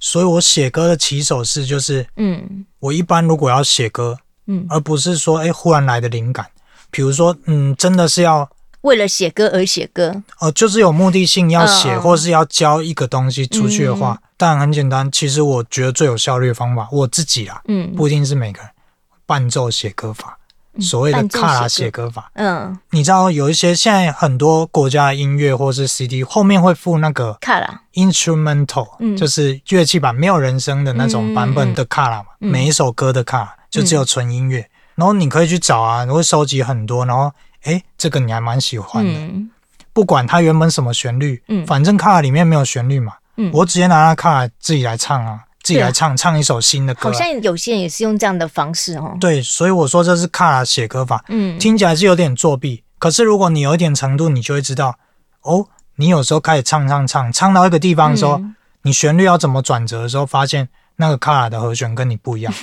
Speaker 2: 所以我写歌的起手式就是，
Speaker 3: 嗯
Speaker 2: 我一般如果要写歌，
Speaker 3: 嗯，
Speaker 2: 而不是说哎、诶忽然来的灵感，比如说嗯真的是要
Speaker 3: 为了写歌而写歌，
Speaker 2: 呃就是有目的性要写，
Speaker 3: 嗯嗯
Speaker 2: 或是要交一个东西出去的话，但很简单，其实我觉得最有效率的方法，我自己啦，
Speaker 3: 嗯
Speaker 2: 不一定是每个人，伴奏写歌法，所谓的
Speaker 3: 伴奏
Speaker 2: 卡拉
Speaker 3: 写
Speaker 2: 写歌法，
Speaker 3: 嗯，
Speaker 2: 你知道有一些现在很多国家的音乐或是 CD 后面会附那个
Speaker 3: 卡啦，
Speaker 2: instrumental，、
Speaker 3: 嗯
Speaker 2: 就是乐器版没有人声的那种版本的卡拉嘛，
Speaker 3: 嗯嗯嗯
Speaker 2: 每一首歌的卡拉就只有纯音乐，然后你可以去找啊，你会收集很多，然后诶，这个你还蛮喜欢的，
Speaker 3: 嗯
Speaker 2: 不管它原本什么旋律，
Speaker 3: 嗯
Speaker 2: 反正卡拉里面没有旋律嘛，
Speaker 3: 嗯，
Speaker 2: 我直接拿那卡拉自己来唱啊，自己来唱、唱一首新的歌
Speaker 3: 好
Speaker 2: 啊、
Speaker 3: 像有些人也是用这样的方式哦。
Speaker 2: 对，所以我说这是卡拉写歌法，
Speaker 3: 嗯，
Speaker 2: 听起来是有点作弊，可是如果你有一点程度，你就会知道，哦，你有时候开始唱唱唱，唱到一个地方的时候，
Speaker 3: 嗯
Speaker 2: 你旋律要怎么转折的时候，发现那个卡拉的和弦跟你不一
Speaker 3: [LAUGHS]
Speaker 2: 样，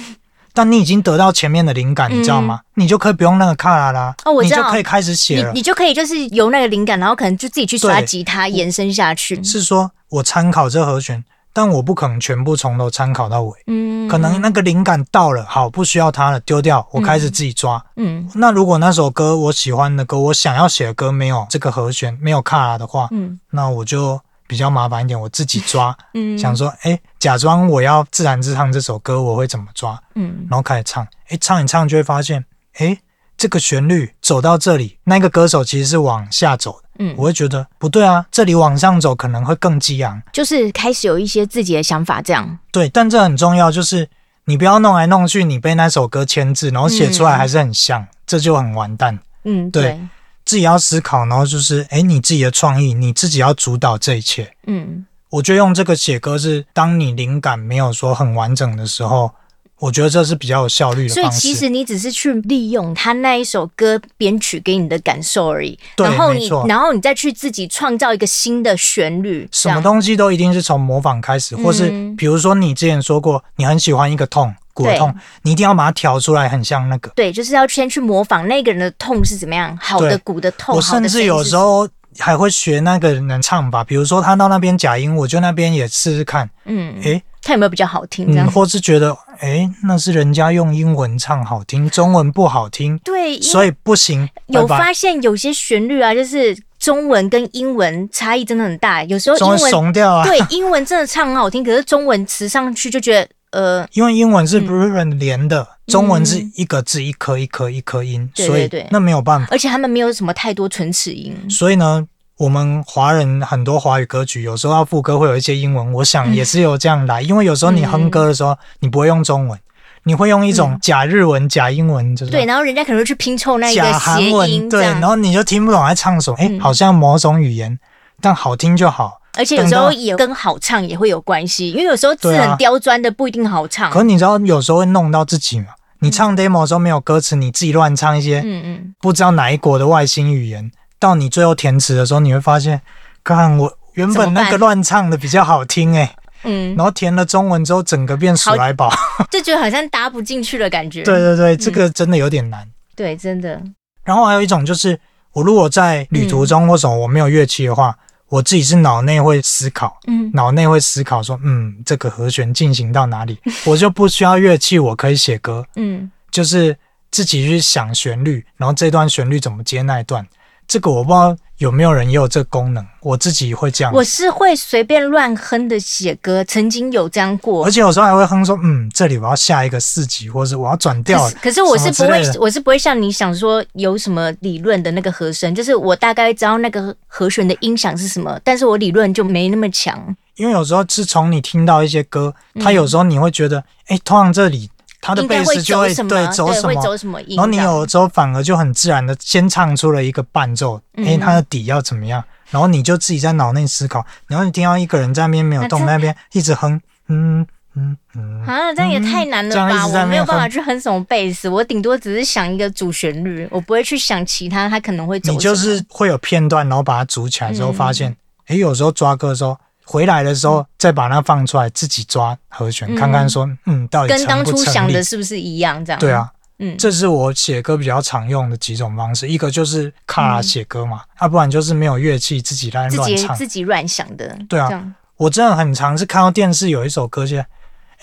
Speaker 2: 但你已经得到前面的灵感，你知道吗？你就可以不用那个卡拉啦，
Speaker 3: 嗯哦我
Speaker 2: 你
Speaker 3: 知
Speaker 2: 就
Speaker 3: 道
Speaker 2: 可以开始写
Speaker 3: 你
Speaker 2: 了。
Speaker 3: 你就可以就是由那个灵感，然后可能就自己去刷
Speaker 2: 对
Speaker 3: 吉他延伸下去。
Speaker 2: 是说我参考这和弦，但我不可能全部从头参考到尾，
Speaker 3: 嗯，
Speaker 2: 可能那个灵感到了，好不需要它了，丢掉，我开始自己抓。
Speaker 3: 嗯
Speaker 2: 那如果那首歌我喜欢的歌，我想要写的歌没有这个和弦，没有卡拉的话，
Speaker 3: 嗯
Speaker 2: 那我就比较麻烦一点，我自己抓，
Speaker 3: 嗯
Speaker 2: 想说，哎、假装我要自弹自唱这首歌，我会怎么抓？
Speaker 3: 嗯
Speaker 2: 然后开始唱，哎、唱一唱就会发现，哎、这个旋律走到这里，那个歌手其实是往下走的，
Speaker 3: 嗯
Speaker 2: 我，会觉得不对啊，这里往上走可能会更激昂，
Speaker 3: 就是开始有一些自己的想法，这样
Speaker 2: 对，但这很重要，就是你不要弄来弄去，你被那首歌牵制，然后写出来还是很像，这就很完蛋。
Speaker 3: 嗯
Speaker 2: 对自己要思考，然后就是，哎、你自己的创意，你自己要主导这一切。
Speaker 3: 嗯
Speaker 2: 我觉得用这个写歌是，当你灵感没有说很完整的时候，我觉得这是比较有效率的
Speaker 3: 所以
Speaker 2: 方式。
Speaker 3: 其实你只是去利用他那一首歌编曲给你的感受而已，
Speaker 2: 对
Speaker 3: 然后
Speaker 2: 没
Speaker 3: 你
Speaker 2: 错
Speaker 3: 然后你再去自己创造一个新的旋律，
Speaker 2: 什么
Speaker 3: 都
Speaker 2: 东西都一定是从模仿开始，或是
Speaker 3: 嗯
Speaker 2: 比如说你之前说过，你很喜欢一个痛，骨的
Speaker 3: 对
Speaker 2: 痛，你一定要把它调出来，很像那个。
Speaker 3: 对，就是要先去模仿那个人的痛是怎么样，好
Speaker 2: 对
Speaker 3: 的鼓的痛，
Speaker 2: 我
Speaker 3: 好的
Speaker 2: 甚至
Speaker 3: 声音
Speaker 2: 有
Speaker 3: 是
Speaker 2: 时候还会学那个人的唱法，比如说他到那边假音，我就那边也试试看，
Speaker 3: 嗯，
Speaker 2: 诶、
Speaker 3: 看有没有比较好听这样
Speaker 2: 嗯，。或是觉得诶、那是人家用英文唱好听，中文不好听，
Speaker 3: 对，因
Speaker 2: 所以不行，
Speaker 3: 有
Speaker 2: 拜拜
Speaker 3: 发现有些旋律啊，就是中文跟英文差异真的很大，有时候
Speaker 2: 中文
Speaker 3: 英文
Speaker 2: 怂掉啊，
Speaker 3: [LAUGHS] 对英文真的唱很好听，可是中文词上去就觉得呃，
Speaker 2: 因为英文是 b r u l e n 连的，中文是一个字一颗一颗一颗音，
Speaker 3: 嗯对
Speaker 2: 所
Speaker 3: 对
Speaker 2: 以
Speaker 3: 对
Speaker 2: 那没有办法。
Speaker 3: 而且他们没有什么太多唇齿音。
Speaker 2: 所以呢，我们华人很多华语歌曲，有时候要副歌会有一些英文，我
Speaker 3: 嗯
Speaker 2: 想也是有这样来，因为有时候你哼歌的时候，你不会用中文，你会用一种假日文、假英文，就是
Speaker 3: 嗯对，然后人家可能会去拼凑那一
Speaker 2: 假
Speaker 3: 个
Speaker 2: 韩
Speaker 3: 谐音
Speaker 2: 文，
Speaker 3: 这
Speaker 2: 对，
Speaker 3: 样
Speaker 2: 然，后你就听不懂在唱什么，哎、
Speaker 3: 嗯
Speaker 2: 好像某种语言，但好听就好。
Speaker 3: 而且有时候
Speaker 2: 等
Speaker 3: 也跟好唱也会有关系，因为有时候字
Speaker 2: 对啊
Speaker 3: 很刁钻的不一定好唱。
Speaker 2: 可你知道，有时候会弄到自己嘛。你唱 demo 的时候没有歌词，你自己乱唱一些，
Speaker 3: 嗯嗯，
Speaker 2: 不知道哪一国的外星语言，到你最后填词的时候，你会发现，看我原
Speaker 3: 怎
Speaker 2: 本
Speaker 3: 么
Speaker 2: 那
Speaker 3: 办
Speaker 2: 个乱唱的比较好听哎、
Speaker 3: 嗯，
Speaker 2: 然后填了中文之后，整个变鼠来宝。
Speaker 3: 就觉得好像搭不进去的感觉。
Speaker 2: 对对对，这个真的有点难。
Speaker 3: 对，真的，
Speaker 2: 然后还有一种就是，我如果在旅途
Speaker 3: 嗯
Speaker 2: 中或什么我没有乐器的话，我自己是脑内会思考，
Speaker 3: 嗯
Speaker 2: 脑内会思考说，嗯，这个和弦进行到哪
Speaker 3: [LAUGHS]
Speaker 2: 里，我就不需要乐器，我可以写歌，
Speaker 3: 嗯，
Speaker 2: 就是自己去想旋律，然后这段旋律怎么接那一段。这个我不知道有没有人也有这个功能，我自己会这样。
Speaker 3: 我是会随便乱哼的写歌，曾经有这样过
Speaker 2: 而。且有时候还会哼说，嗯，这里我要下一个四级，或者我要转调
Speaker 3: 可
Speaker 2: 了
Speaker 3: 是，可是我是
Speaker 2: 什么
Speaker 3: 不
Speaker 2: 之
Speaker 3: 会
Speaker 2: 类的，
Speaker 3: 我是不会像你想说有什么理论的那个和声，就是我大概知道那个和弦的音响是什么，但是我理论就没那么强。
Speaker 2: 因为有时候是从你听到一些歌，它有时候你会觉得，哎、通常这里它的
Speaker 3: 应
Speaker 2: 贝
Speaker 3: 该
Speaker 2: 斯就
Speaker 3: 走
Speaker 2: 会
Speaker 3: 什么？
Speaker 2: 对走
Speaker 3: 对，
Speaker 2: 什
Speaker 3: 会
Speaker 2: 么，
Speaker 3: 走什么音？
Speaker 2: 然后你
Speaker 3: 这样
Speaker 2: 有时候反而就很自然的先唱出了一个伴奏，
Speaker 3: 嗯
Speaker 2: 哎、它的底要怎么样，然后你就自己在脑内思考，然后你听到一个人在那边没有
Speaker 3: 那
Speaker 2: 动，
Speaker 3: 真的
Speaker 2: 那边一直哼，嗯嗯嗯，
Speaker 3: 啊，这样也太难了
Speaker 2: 这样一
Speaker 3: 吧！
Speaker 2: 直在那
Speaker 3: 我没有
Speaker 2: 边
Speaker 3: 办法
Speaker 2: 哼
Speaker 3: 去哼什么贝斯，我顶多只是想一个主旋律，我不会去想其他，它可能会走什么。嗯
Speaker 2: 你就是会有片段，然后把它组起来之后，发现，哎、有时候抓歌的时候。回来的时候再把它放出来，自己抓和弦，看看说，嗯，到底
Speaker 3: 跟
Speaker 2: 成
Speaker 3: 当
Speaker 2: 不
Speaker 3: 初
Speaker 2: 成
Speaker 3: 想
Speaker 2: 立
Speaker 3: 的是不是一样？这样
Speaker 2: 对啊，，
Speaker 3: 嗯，
Speaker 2: 这是我写歌比较常用的几种方式，一个就是卡拉写歌嘛，要、不然就是没有乐器自己来
Speaker 3: 自
Speaker 2: 乱
Speaker 3: 己
Speaker 2: 唱。
Speaker 3: 自己乱想的，
Speaker 2: 对啊
Speaker 3: 这样
Speaker 2: 我真的很常是看到电视有一首歌，就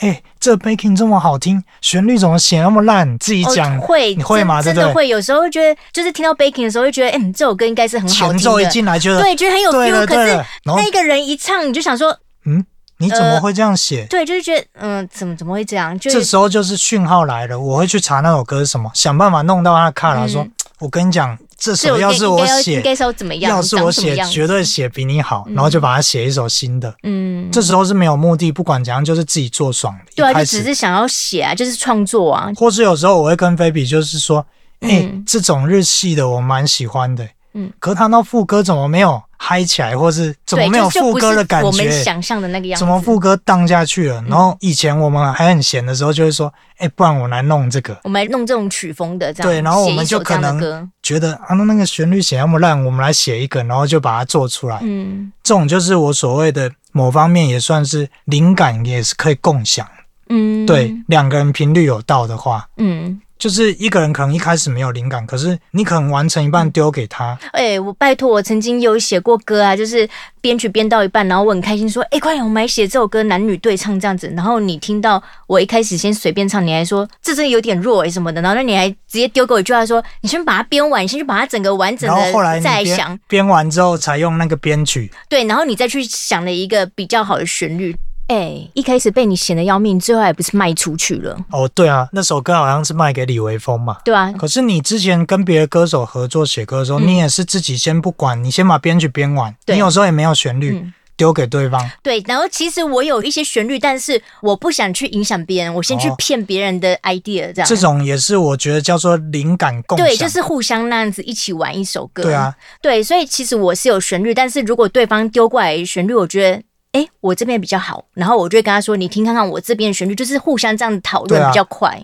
Speaker 2: 哎、这 backing 这么好听，旋律怎么写那么烂？自己讲、
Speaker 3: 哦、会
Speaker 2: 你会吗？对
Speaker 3: 真
Speaker 2: 不
Speaker 3: 真的
Speaker 2: 对？
Speaker 3: 会，有时候会觉得就是听到 baking 的时候，会觉得，哎、你这首歌应该是很好
Speaker 2: 前
Speaker 3: 听
Speaker 2: 奏一
Speaker 3: 的，
Speaker 2: 进来觉得
Speaker 3: 对，觉得很有
Speaker 2: 对了
Speaker 3: feel。可
Speaker 2: 对
Speaker 3: 是呃
Speaker 2: 了，然后
Speaker 3: 那个人一唱，你就想说，
Speaker 2: 嗯，你怎么会这样写？
Speaker 3: 对，就是觉得，嗯、怎么怎么会这样？就
Speaker 2: 这
Speaker 3: 是
Speaker 2: 时候就是讯号来了，我会去查那首歌是什么，想办法弄到他的卡拉说，
Speaker 3: 嗯
Speaker 2: 我跟你讲，这
Speaker 3: 这
Speaker 2: 首
Speaker 3: 首
Speaker 2: 要
Speaker 3: 歌
Speaker 2: 是
Speaker 3: 应
Speaker 2: 我
Speaker 3: 该要
Speaker 2: 写
Speaker 3: 应，该是要怎么样？
Speaker 2: 要是我
Speaker 3: 长什么
Speaker 2: 写，
Speaker 3: 样
Speaker 2: 绝对写比你好，然后就把它写一首新的。
Speaker 3: 嗯，
Speaker 2: 这时候是没有目的，不管怎样，就是自己做爽的。
Speaker 3: 对
Speaker 2: 一
Speaker 3: 啊，
Speaker 2: 开
Speaker 3: 就
Speaker 2: 始
Speaker 3: 只是想要写啊，就是创作啊，
Speaker 2: 或是有时候我会跟菲比就是说，哎、
Speaker 3: 嗯
Speaker 2: 这种日系的我蛮喜欢的、
Speaker 3: 嗯，
Speaker 2: 可他那副歌怎么没有嗨起来，或是怎么
Speaker 3: 对
Speaker 2: 没有
Speaker 3: 就就
Speaker 2: 副
Speaker 3: 不
Speaker 2: 歌
Speaker 3: 是
Speaker 2: 的感
Speaker 3: 我
Speaker 2: 觉、
Speaker 3: 们想象的那嗯个样子，
Speaker 2: 怎么副歌荡下去了？然后以前我们还很闲的时候，就会说，哎、不然我来弄这个。
Speaker 3: 我们来弄这种曲风的这样，
Speaker 2: 对，然后我
Speaker 3: 写
Speaker 2: 们
Speaker 3: 一首
Speaker 2: 就可
Speaker 3: 这样的
Speaker 2: 能
Speaker 3: 歌，
Speaker 2: 觉得啊，那那个旋律写那么烂，我们来写一个，然后就把它做出来。
Speaker 3: 嗯
Speaker 2: 这种就是我所谓的某方面也算是灵感，也是可以共享。
Speaker 3: 嗯，
Speaker 2: 对，两个人频率有到的话，
Speaker 3: 嗯，
Speaker 2: 就是一个人可能一开始没有灵感，可是你可能完成一半丢给他，
Speaker 3: 哎、我拜托，我曾经有写过歌啊，就是编曲编到一半，然后我很开心说，哎、快点，我们来写这首歌，男女对唱这样子。然后你听到我一开始先随便唱，你还说这真的有点弱哎、什么的，然后那你还直接丢给我一句话说，你先把它编完，你先去把它整个完整
Speaker 2: 然后后来
Speaker 3: 的
Speaker 2: 你
Speaker 3: 再想
Speaker 2: 编，编完之后才用那个编曲，
Speaker 3: 对，然后你再去想了一个比较好的旋律。哎、一开始被你嫌的要命，最后还不是卖出去了，
Speaker 2: 哦，对啊，那首歌好像是卖给李维峰嘛。
Speaker 3: 对吧、啊？
Speaker 2: 可是你之前跟别的歌手合作写歌的时候，
Speaker 3: 嗯
Speaker 2: 你也是自己先不管，你先把编曲编完，
Speaker 3: 对
Speaker 2: 你有时候也没有旋律
Speaker 3: 嗯，
Speaker 2: 丢、给对方。
Speaker 3: 对，然后其实我有一些旋律，但是我不想去影响别人，我先去
Speaker 2: 哦
Speaker 3: 骗别人的 idea，这样。
Speaker 2: 这种也是我觉得叫做灵感共享。
Speaker 3: 对，就是互相那样子一起玩一首歌。
Speaker 2: 对啊，
Speaker 3: 对，所以其实我是有旋律，但是如果对方丢过来旋律，我觉得。哎，我这边比较好，然后我就会跟他说：“你听看看我这边的旋律，就是互相这样讨
Speaker 2: 对
Speaker 3: 论
Speaker 2: 啊
Speaker 3: 比较快。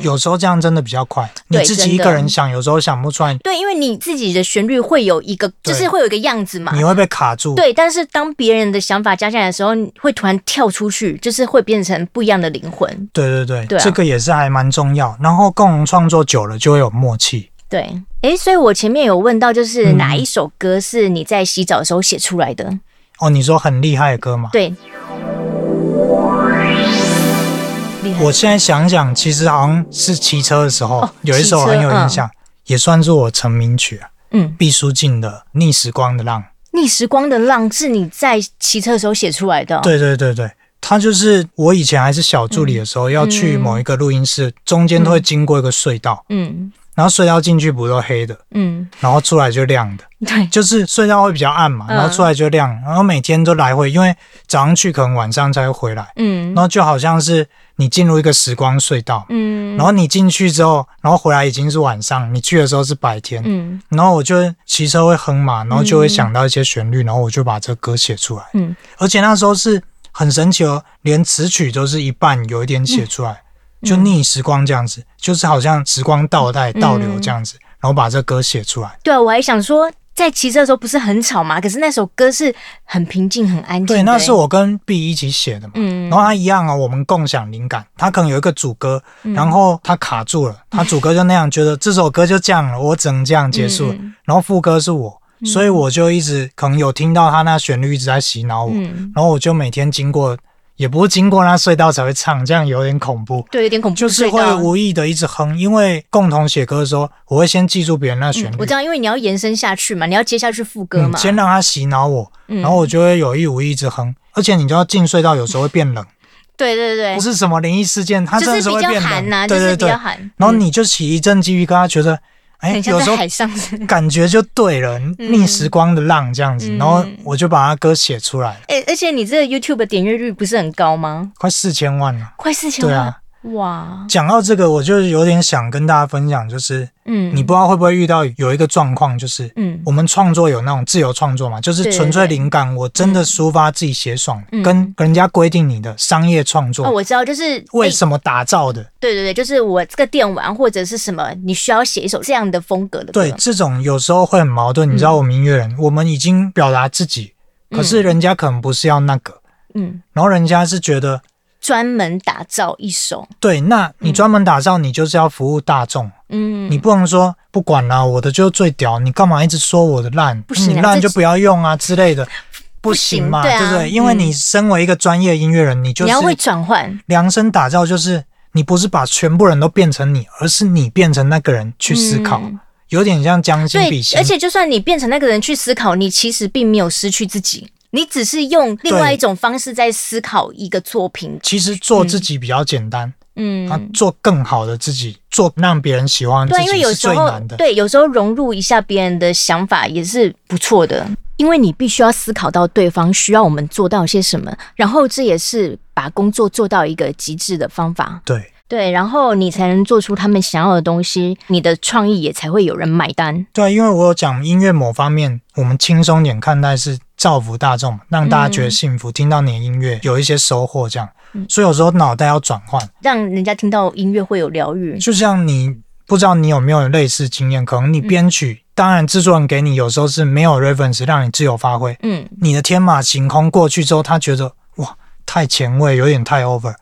Speaker 2: 有时候这样真的比较快。你
Speaker 3: 嗯对
Speaker 2: 自己一
Speaker 3: 真的
Speaker 2: 个人想，有时候想不出来，
Speaker 3: 对，因为你自己的旋律会有一个，
Speaker 2: 对
Speaker 3: 就是会有一个样子嘛。
Speaker 2: 你会被卡住。
Speaker 3: 对，但是当别人的想法加进来的时候，你会突然跳出去，就是会变成不一样的灵魂。
Speaker 2: 对对对，
Speaker 3: 对啊
Speaker 2: 这个也是还蛮重要。然后共同创作久了就会有默契。
Speaker 3: 对，哎，所以我前面有问到，就是
Speaker 2: 嗯
Speaker 3: 哪一首歌是你在洗澡的时候写出来的？
Speaker 2: 哦，你说很厉害的歌嘛？
Speaker 3: 对，厉害
Speaker 2: 我现在想想，其实好像是骑车的时候、
Speaker 3: 哦
Speaker 2: 有一首
Speaker 3: 骑车
Speaker 2: 很有印象，也算是我成名曲、啊，
Speaker 3: 嗯，哦
Speaker 2: 毕书尽的《逆时光的浪》。
Speaker 3: 逆时光的浪是你在骑车的时候写出来的、，哦
Speaker 2: 对对对对，它就是我以前还是小助理的时候，
Speaker 3: 嗯
Speaker 2: 要去某一个录音室，中间都会经过一个隧道，
Speaker 3: 嗯
Speaker 2: 然后隧道进去不都黑的，
Speaker 3: 嗯，
Speaker 2: 然后出来就亮的，
Speaker 3: 对，
Speaker 2: 就是隧道会比较暗嘛，
Speaker 3: 嗯
Speaker 2: 然后出来就亮，然后每天都来回，因为早上去可能晚上才会回来，
Speaker 3: 嗯
Speaker 2: 然后就好像是你进入一个时光隧道，
Speaker 3: 嗯
Speaker 2: 然后你进去之后，然后回来已经是晚上，你去的时候是白天，
Speaker 3: 嗯
Speaker 2: 然后我就骑车会哼嘛，然后就会
Speaker 3: 嗯
Speaker 2: 想到一些旋律，然后我就把这歌写出来。
Speaker 3: 嗯，
Speaker 2: 而且那时候是很神奇哦，连词曲都是一半有一点写出来，
Speaker 3: 嗯
Speaker 2: 就逆时光这样子，就是好像时光倒带倒流
Speaker 3: 嗯
Speaker 2: 这样子，然后把这歌写出来。
Speaker 3: 对啊，我还想说，在骑车的时候不是很吵嘛，可是那首歌是很平静、很安静的欸。
Speaker 2: 对，那是我跟 B 一起写的嘛。
Speaker 3: 嗯
Speaker 2: 然后他一样啊、哦，我们共享灵感。他可能有一个主歌，
Speaker 3: 嗯
Speaker 2: 然后他卡住了，他主歌就那样，觉得这首歌就这样了，我只能这样结束了。
Speaker 3: 嗯嗯
Speaker 2: 然后副歌是我，所以我就一直可能有听到他那旋律一直在洗脑我，
Speaker 3: 嗯，
Speaker 2: 然后我就每天经过，也不是经过那隧道才会唱，这样有点恐怖。
Speaker 3: 对，有点恐怖
Speaker 2: 就
Speaker 3: 隧道，嗯
Speaker 2: 是会无意的一直哼，因为共同写歌的时候，我会先记住别人那旋
Speaker 3: 嗯
Speaker 2: 律，
Speaker 3: 我知道，因为你要延伸下去嘛，你要接下去副歌
Speaker 2: 嗯
Speaker 3: 嘛，
Speaker 2: 先让他洗脑我，
Speaker 3: 嗯
Speaker 2: 然后我就会有意无意一直哼。而且你知道进隧道有时候会变冷，
Speaker 3: 对对对
Speaker 2: 不，是什么灵异事件，它真
Speaker 3: 就
Speaker 2: 的
Speaker 3: 是
Speaker 2: 会
Speaker 3: 比较
Speaker 2: 变
Speaker 3: 寒
Speaker 2: 冷，
Speaker 3: 呐，就
Speaker 2: 对
Speaker 3: 是
Speaker 2: 对
Speaker 3: 比
Speaker 2: 对。
Speaker 3: 较寒。
Speaker 2: 然后
Speaker 3: 嗯
Speaker 2: 你就起一阵鸡皮疙瘩，觉得哎、
Speaker 3: 很
Speaker 2: 有
Speaker 3: 像
Speaker 2: 时
Speaker 3: 在
Speaker 2: 候
Speaker 3: 海上， [LAUGHS]
Speaker 2: 感觉就对了，逆时光的浪这样子。
Speaker 3: 嗯
Speaker 2: 然后我就把他歌写出来，
Speaker 3: 哎，而且你这个 YouTube 的点阅率不是很高吗？
Speaker 2: 快四千万了。
Speaker 3: 快四千
Speaker 2: 对
Speaker 3: 万
Speaker 2: 啊，，
Speaker 3: 哇，
Speaker 2: 讲到这个，我就有点想跟大家分享，就是
Speaker 3: 嗯，
Speaker 2: 你不知道会不会遇到有一个状况，就是
Speaker 3: 嗯
Speaker 2: 我们创作有那种自由创作嘛，就是纯粹灵感，我真的抒发自己写爽，
Speaker 3: 嗯
Speaker 2: 跟人家规定你的商业创
Speaker 3: 哦，
Speaker 2: 作
Speaker 3: 我知道，就是
Speaker 2: 为
Speaker 3: 哎
Speaker 2: 什么打造的，
Speaker 3: 对对对，就是我这个电玩或者是什么，你需要写一首这样的风格的歌。
Speaker 2: 对这种有时候会很矛盾。你
Speaker 3: 嗯
Speaker 2: 知道，我们音乐人，我们已经表达自己，可是人家可能不是要那个，
Speaker 3: 嗯，
Speaker 2: 然后人家是觉得，
Speaker 3: 专门打造一首，
Speaker 2: 对，那你专门打造，你就是要服务大众，
Speaker 3: 嗯，
Speaker 2: 你不能说不管啦、我的就最屌，你干嘛一直说我的烂？
Speaker 3: 不行啊
Speaker 2: 你烂
Speaker 3: 这
Speaker 2: 就不要用啊之类的，不行嘛，
Speaker 3: 不行对
Speaker 2: 对
Speaker 3: 啊
Speaker 2: 不对？因为
Speaker 3: 嗯
Speaker 2: 你身为一个专业音乐人，你就
Speaker 3: 你
Speaker 2: 是
Speaker 3: 要会转换，
Speaker 2: 量身打造，就是你不是把全部人都变成你，而是你变成那个人去思考，
Speaker 3: 嗯
Speaker 2: 有点像将心
Speaker 3: 对
Speaker 2: 比，心
Speaker 3: 而。且就算你变成那个人去思考，你其实并没有失去自己，你只是用另外一种方式在思考一个作品。
Speaker 2: 其实做自己比较简单，
Speaker 3: 嗯，
Speaker 2: 啊，做更好的自己，做让别人喜欢的
Speaker 3: 对，啊
Speaker 2: 自
Speaker 3: 因为
Speaker 2: 己
Speaker 3: 有
Speaker 2: 是
Speaker 3: 时
Speaker 2: 最
Speaker 3: 候
Speaker 2: 难的。
Speaker 3: 对，有时候融入一下别人的想法也是不错的，因为你必须要思考到对方需要我们做到些什么，然后这也是把工作做到一个极致的方法。
Speaker 2: 对
Speaker 3: 对，然后你才能做出他们想要的东西，你的创意也才会有人买单。
Speaker 2: 对，啊因为我有讲音乐某方面，我们轻松点看待是造福大众嘛，让大家觉得
Speaker 3: 嗯
Speaker 2: 幸福，听到你的音乐有一些收获，这样。所以有时候脑袋要转换，
Speaker 3: 让人家听到音乐会有疗愈，
Speaker 2: 就像你不知道你有没有类似经验，可能你
Speaker 3: 嗯
Speaker 2: 编曲，当然制作人给你有时候是没有 reference 让你自由发挥，
Speaker 3: 嗯，
Speaker 2: 你的天马行空过去之后，他觉得哇太前卫，有点太 over。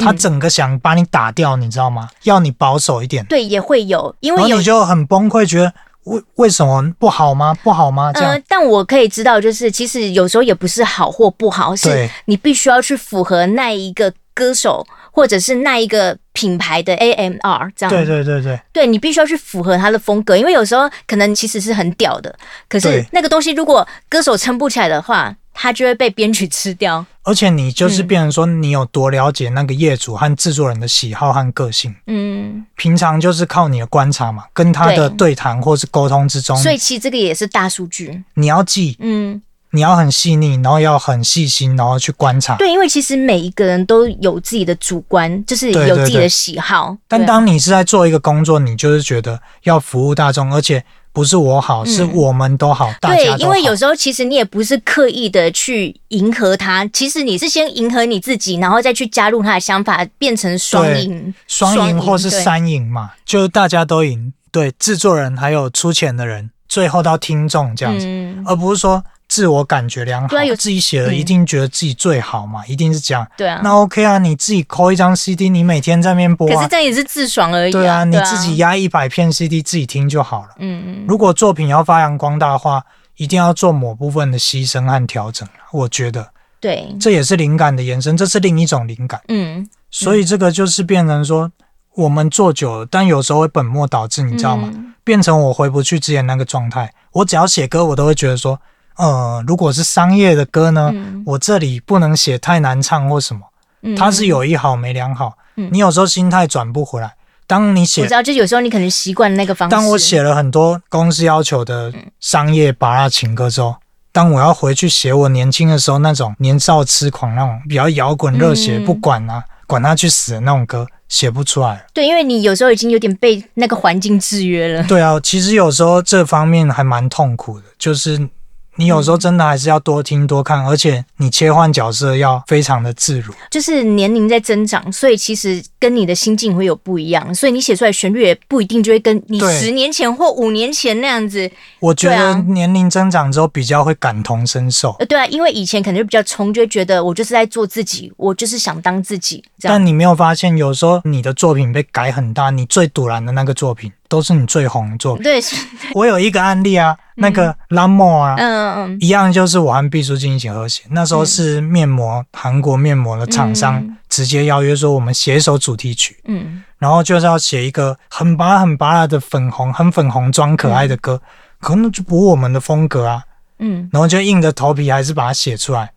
Speaker 2: 他
Speaker 3: 嗯
Speaker 2: 整个想把你打掉，你知道吗？要你保守一点，
Speaker 3: 对，也会有，因
Speaker 2: 然
Speaker 3: 为
Speaker 2: 后
Speaker 3: 有
Speaker 2: 你就很崩溃，觉得为为什么不好吗？不好吗？这
Speaker 3: 呃
Speaker 2: 样，
Speaker 3: 但我可以知道，就是其实有时候也不是好或不好，是
Speaker 2: 对
Speaker 3: 你必须要去符合那一个歌手或者是那一个品牌的 AMR 这样。
Speaker 2: 对对对对，
Speaker 3: 对你必须要去符合他的风格，因为有时候可能其实是很屌的，可是
Speaker 2: 对
Speaker 3: 那个东西如果歌手撑不起来的话，他就会被编曲吃掉。
Speaker 2: 而且你就是
Speaker 3: 嗯
Speaker 2: 变成说你有多了解那个业主和制作人的喜好和个性，
Speaker 3: 嗯，
Speaker 2: 平常就是靠你的观察嘛，跟他的
Speaker 3: 对
Speaker 2: 对谈或是沟通之中，
Speaker 3: 所以其实这个也是大数据。
Speaker 2: 你要记，
Speaker 3: 嗯，
Speaker 2: 你要很细腻，然后要很细心，然后去观察。
Speaker 3: 对，因为其实每一个人都有自己的主观，就是
Speaker 2: 对
Speaker 3: 有
Speaker 2: 对
Speaker 3: 自己的
Speaker 2: 对
Speaker 3: 喜好。
Speaker 2: 但
Speaker 3: 对啊
Speaker 2: 当你是在做一个工作，你就是觉得要服务大众，而且不是我好，是我们都好，大
Speaker 3: 嗯对
Speaker 2: 家，都
Speaker 3: 因
Speaker 2: 好。
Speaker 3: 为有时候其实你也不是刻意的去迎合他，其实你是先迎合你自己，然后再去加入他的想法，变成双
Speaker 2: 对
Speaker 3: 赢。
Speaker 2: 双赢或是
Speaker 3: 对
Speaker 2: 三赢嘛，就是大家都赢。对，制作人还有出钱的人，最后到听众这样子，
Speaker 3: 嗯，
Speaker 2: 而不是说自我感觉良好
Speaker 3: 对啊有，
Speaker 2: 自己写的
Speaker 3: 嗯
Speaker 2: 一定觉得自己最好嘛，一定是这样。
Speaker 3: 对啊。
Speaker 2: 那 OK 啊，你自己抠一张 CD，你每天在那边播
Speaker 3: 可是
Speaker 2: 啊
Speaker 3: 这，样也是自爽而已、
Speaker 2: 对啊，
Speaker 3: 啊，
Speaker 2: 你自己压一百片 CD 自己听就好了。
Speaker 3: 嗯，嗯，
Speaker 2: 如果作品要发扬光大的话，一定要做某部分的牺牲和调整。啊我觉得
Speaker 3: 嗯对，
Speaker 2: 这也是灵感的延伸，这是另一种灵感。
Speaker 3: 嗯，
Speaker 2: 所以这个就是变成说，我们做久了，但有时候会本末倒置，你知道吗？
Speaker 3: 嗯
Speaker 2: 变成我回不去之前那个状态。我只要写歌，我都会觉得说，呃，如果是商业的歌呢，
Speaker 3: 嗯
Speaker 2: 我这里不能写太难唱或什么，
Speaker 3: 嗯
Speaker 2: 它是有一好没两好。
Speaker 3: 嗯
Speaker 2: 你有时候心态转不回来，当你
Speaker 3: 我
Speaker 2: 写
Speaker 3: 知道，就有时候你可能习惯那个方式。
Speaker 2: 当我写了很多公司要求的
Speaker 3: 嗯
Speaker 2: 商业巴拉情歌之后，当我要回去写我年轻的时候那种年少痴狂那种比较摇滚热血，
Speaker 3: 嗯
Speaker 2: 不管啊，管他去死的那种歌，写不出来了。
Speaker 3: 对，因为你有时候已经有点被那个环境制约了。
Speaker 2: 对啊，其实有时候这方面还蛮痛苦的，就是你有时候真的还是要多听多看，而且你切换角色要非常的自如。
Speaker 3: 就是年龄在增长，所以其实跟你的心境会有不一样，所以你写出来的旋律也不一定就会跟你
Speaker 2: 对
Speaker 3: 十年前或五年前那样子。
Speaker 2: 我觉
Speaker 3: 对
Speaker 2: 得
Speaker 3: 啊
Speaker 2: 年龄增长之后比较会感同身受，
Speaker 3: 呃，对啊，因为以前可能就比较冲，就会觉得我就是在做自己，我就是想当自己这样。
Speaker 2: 但你没有发现，有时候你的作品被改很大，你最堵然的那个作品都是你最红的作品。
Speaker 3: 对，是 [LAUGHS]
Speaker 2: 我有一个案例啊，那个拉莫啊，
Speaker 3: 嗯嗯
Speaker 2: 一样就是我和毕书尽一起合写，那时候是面膜韩国面膜的厂
Speaker 3: 嗯
Speaker 2: 商直接邀约说我们写一首主题曲，
Speaker 3: 嗯
Speaker 2: 然后就是要写一个很拔很拔的粉红，很粉红装可爱的歌，可能就不我们的风格啊，
Speaker 3: 嗯
Speaker 2: 然后就硬着头皮还是把它写出来。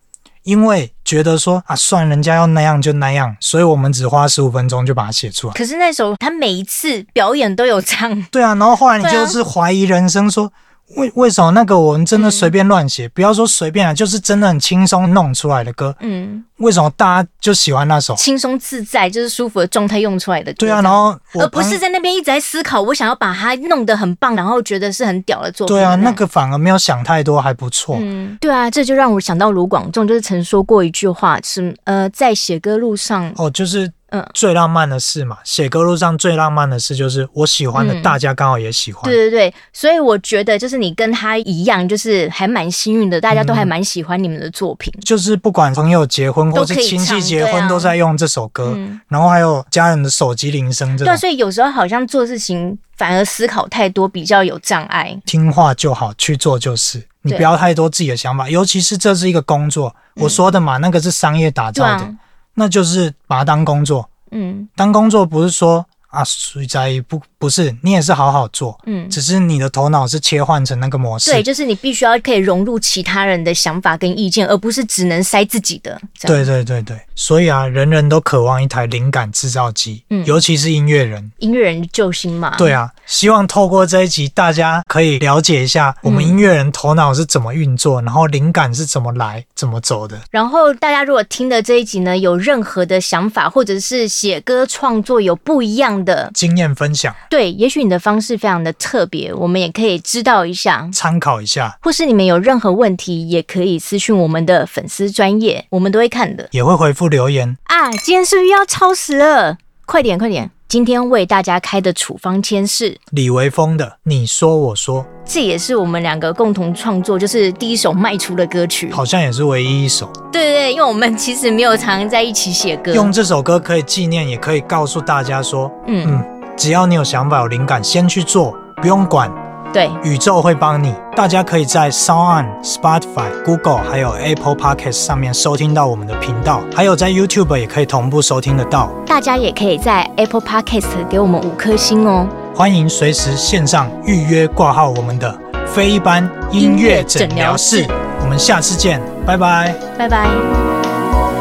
Speaker 2: 因为觉得说啊，算人家要那样就那样，所以我们只花十五分钟就把它写出来。
Speaker 3: 可是那首他每一次表演都有唱，
Speaker 2: 对啊，然后后来你
Speaker 3: 对啊
Speaker 2: 就是怀疑人生说，为为什么那个我们真的随便乱写？不要说随便啊，就是真的很轻松弄出来的歌，
Speaker 3: 嗯，
Speaker 2: 为什么大家就喜欢那首？
Speaker 3: 轻松自在，就是舒服的状态用出来的歌。
Speaker 2: 对啊，
Speaker 3: 这
Speaker 2: 然
Speaker 3: 样
Speaker 2: 后我
Speaker 3: 而不
Speaker 2: 朋
Speaker 3: 是在那边一直在思考，我想要把它弄得很棒，然后觉得是很屌的作品。
Speaker 2: 对啊，
Speaker 3: 这样
Speaker 2: 那个反而没有想太多，还不错。
Speaker 3: 嗯，对啊，这就让我想到卢广仲，就是曾说过一句话是，呃，在写歌路上，
Speaker 2: 哦，就是
Speaker 3: 嗯
Speaker 2: 最浪漫的事嘛，写歌路上最浪漫的事就是我喜欢的，
Speaker 3: 嗯
Speaker 2: 大家刚好也喜欢。
Speaker 3: 对对对，所以我觉得就是你跟他一样，就是还蛮幸运的，大家都还蛮喜欢你们的作品。
Speaker 2: 嗯就是不管朋友结婚或是
Speaker 3: 都可以
Speaker 2: 亲
Speaker 3: 唱
Speaker 2: 戚结
Speaker 3: 对啊
Speaker 2: 婚，都在用这首歌，
Speaker 3: 嗯
Speaker 2: 然后还有家人的手机铃声这
Speaker 3: 对啊，
Speaker 2: 种，
Speaker 3: 所以有时候好像做事情反而思考太多比较有障碍。
Speaker 2: 听话就好，去做就是。你
Speaker 3: 对嗯
Speaker 2: 不要太多自己的想法，尤其是这是一个工作，我说的嘛，那个是商业打
Speaker 3: 对
Speaker 2: 造的
Speaker 3: 啊，，
Speaker 2: 那就是把它当工作。
Speaker 3: 嗯
Speaker 2: 当工作不是说啊，水灾不不是，你也是好好做，
Speaker 3: 嗯，
Speaker 2: 只是你的头脑是切换成那个模式。
Speaker 3: 对，就是你必须要可以融入其他人的想法跟意见，而不是只能塞自己的。这
Speaker 2: 对
Speaker 3: 样，
Speaker 2: 对对对，所以啊，人人都渴望一台灵感制造机，
Speaker 3: 嗯
Speaker 2: 尤其是音乐人。
Speaker 3: 音乐人救星嘛。
Speaker 2: 对啊，希望透过这一集，大家可以了解一下我们音乐人头脑是怎么运作，然后灵感是怎么来、怎么走的。
Speaker 3: 然后大家如果听的这一集呢，有任何的想法，或者是写歌创作有不一样的，
Speaker 2: 经验分享，
Speaker 3: 对，也许你的方式非常的特别，我们也可以知道一下。
Speaker 2: 参考一下，
Speaker 3: 或是你们有任何问题，也可以私讯我们的粉丝专业，我们都会看的
Speaker 2: 也会回复留言。
Speaker 3: 啊。今天是不是要超时了？快点，快点！今天为大家开的处方签是，
Speaker 2: 李维峰的《你说我说
Speaker 3: 这也是我们两个共同创作，就是第一首卖出的歌曲》，。
Speaker 2: 好像也是唯一一首
Speaker 3: 对对对，因为我们其实没有常在一起写歌，
Speaker 2: 用这首歌可以纪念，也可以告诉大家说，
Speaker 3: 嗯，
Speaker 2: 嗯，只要你有想法、有灵感，先去做，不用管
Speaker 3: 对，
Speaker 2: 宇宙会帮你。大家可以在 Sound、Spotify、Google 还有 Apple Podcast 上面收听到我们的频道，还有在 YouTube 也可以同步收听得到。
Speaker 3: 大家也可以在 Apple Podcast 给我们五颗星哦。
Speaker 2: 欢迎随时线上预约挂号我们的非一般音乐诊疗室
Speaker 3: 音乐诊疗。
Speaker 2: 我们下次见，拜拜。
Speaker 3: 拜拜。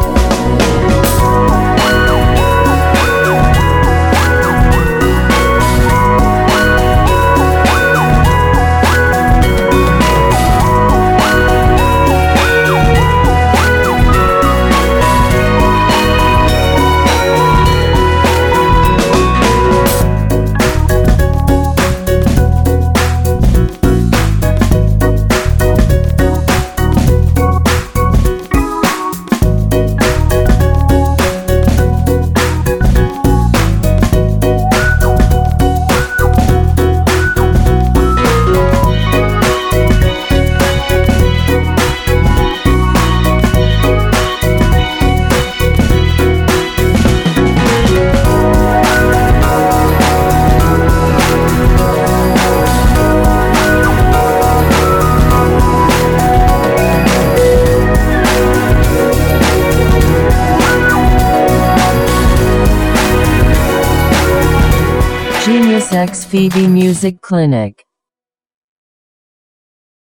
Speaker 4: Genius X Phoebe Music Clinic.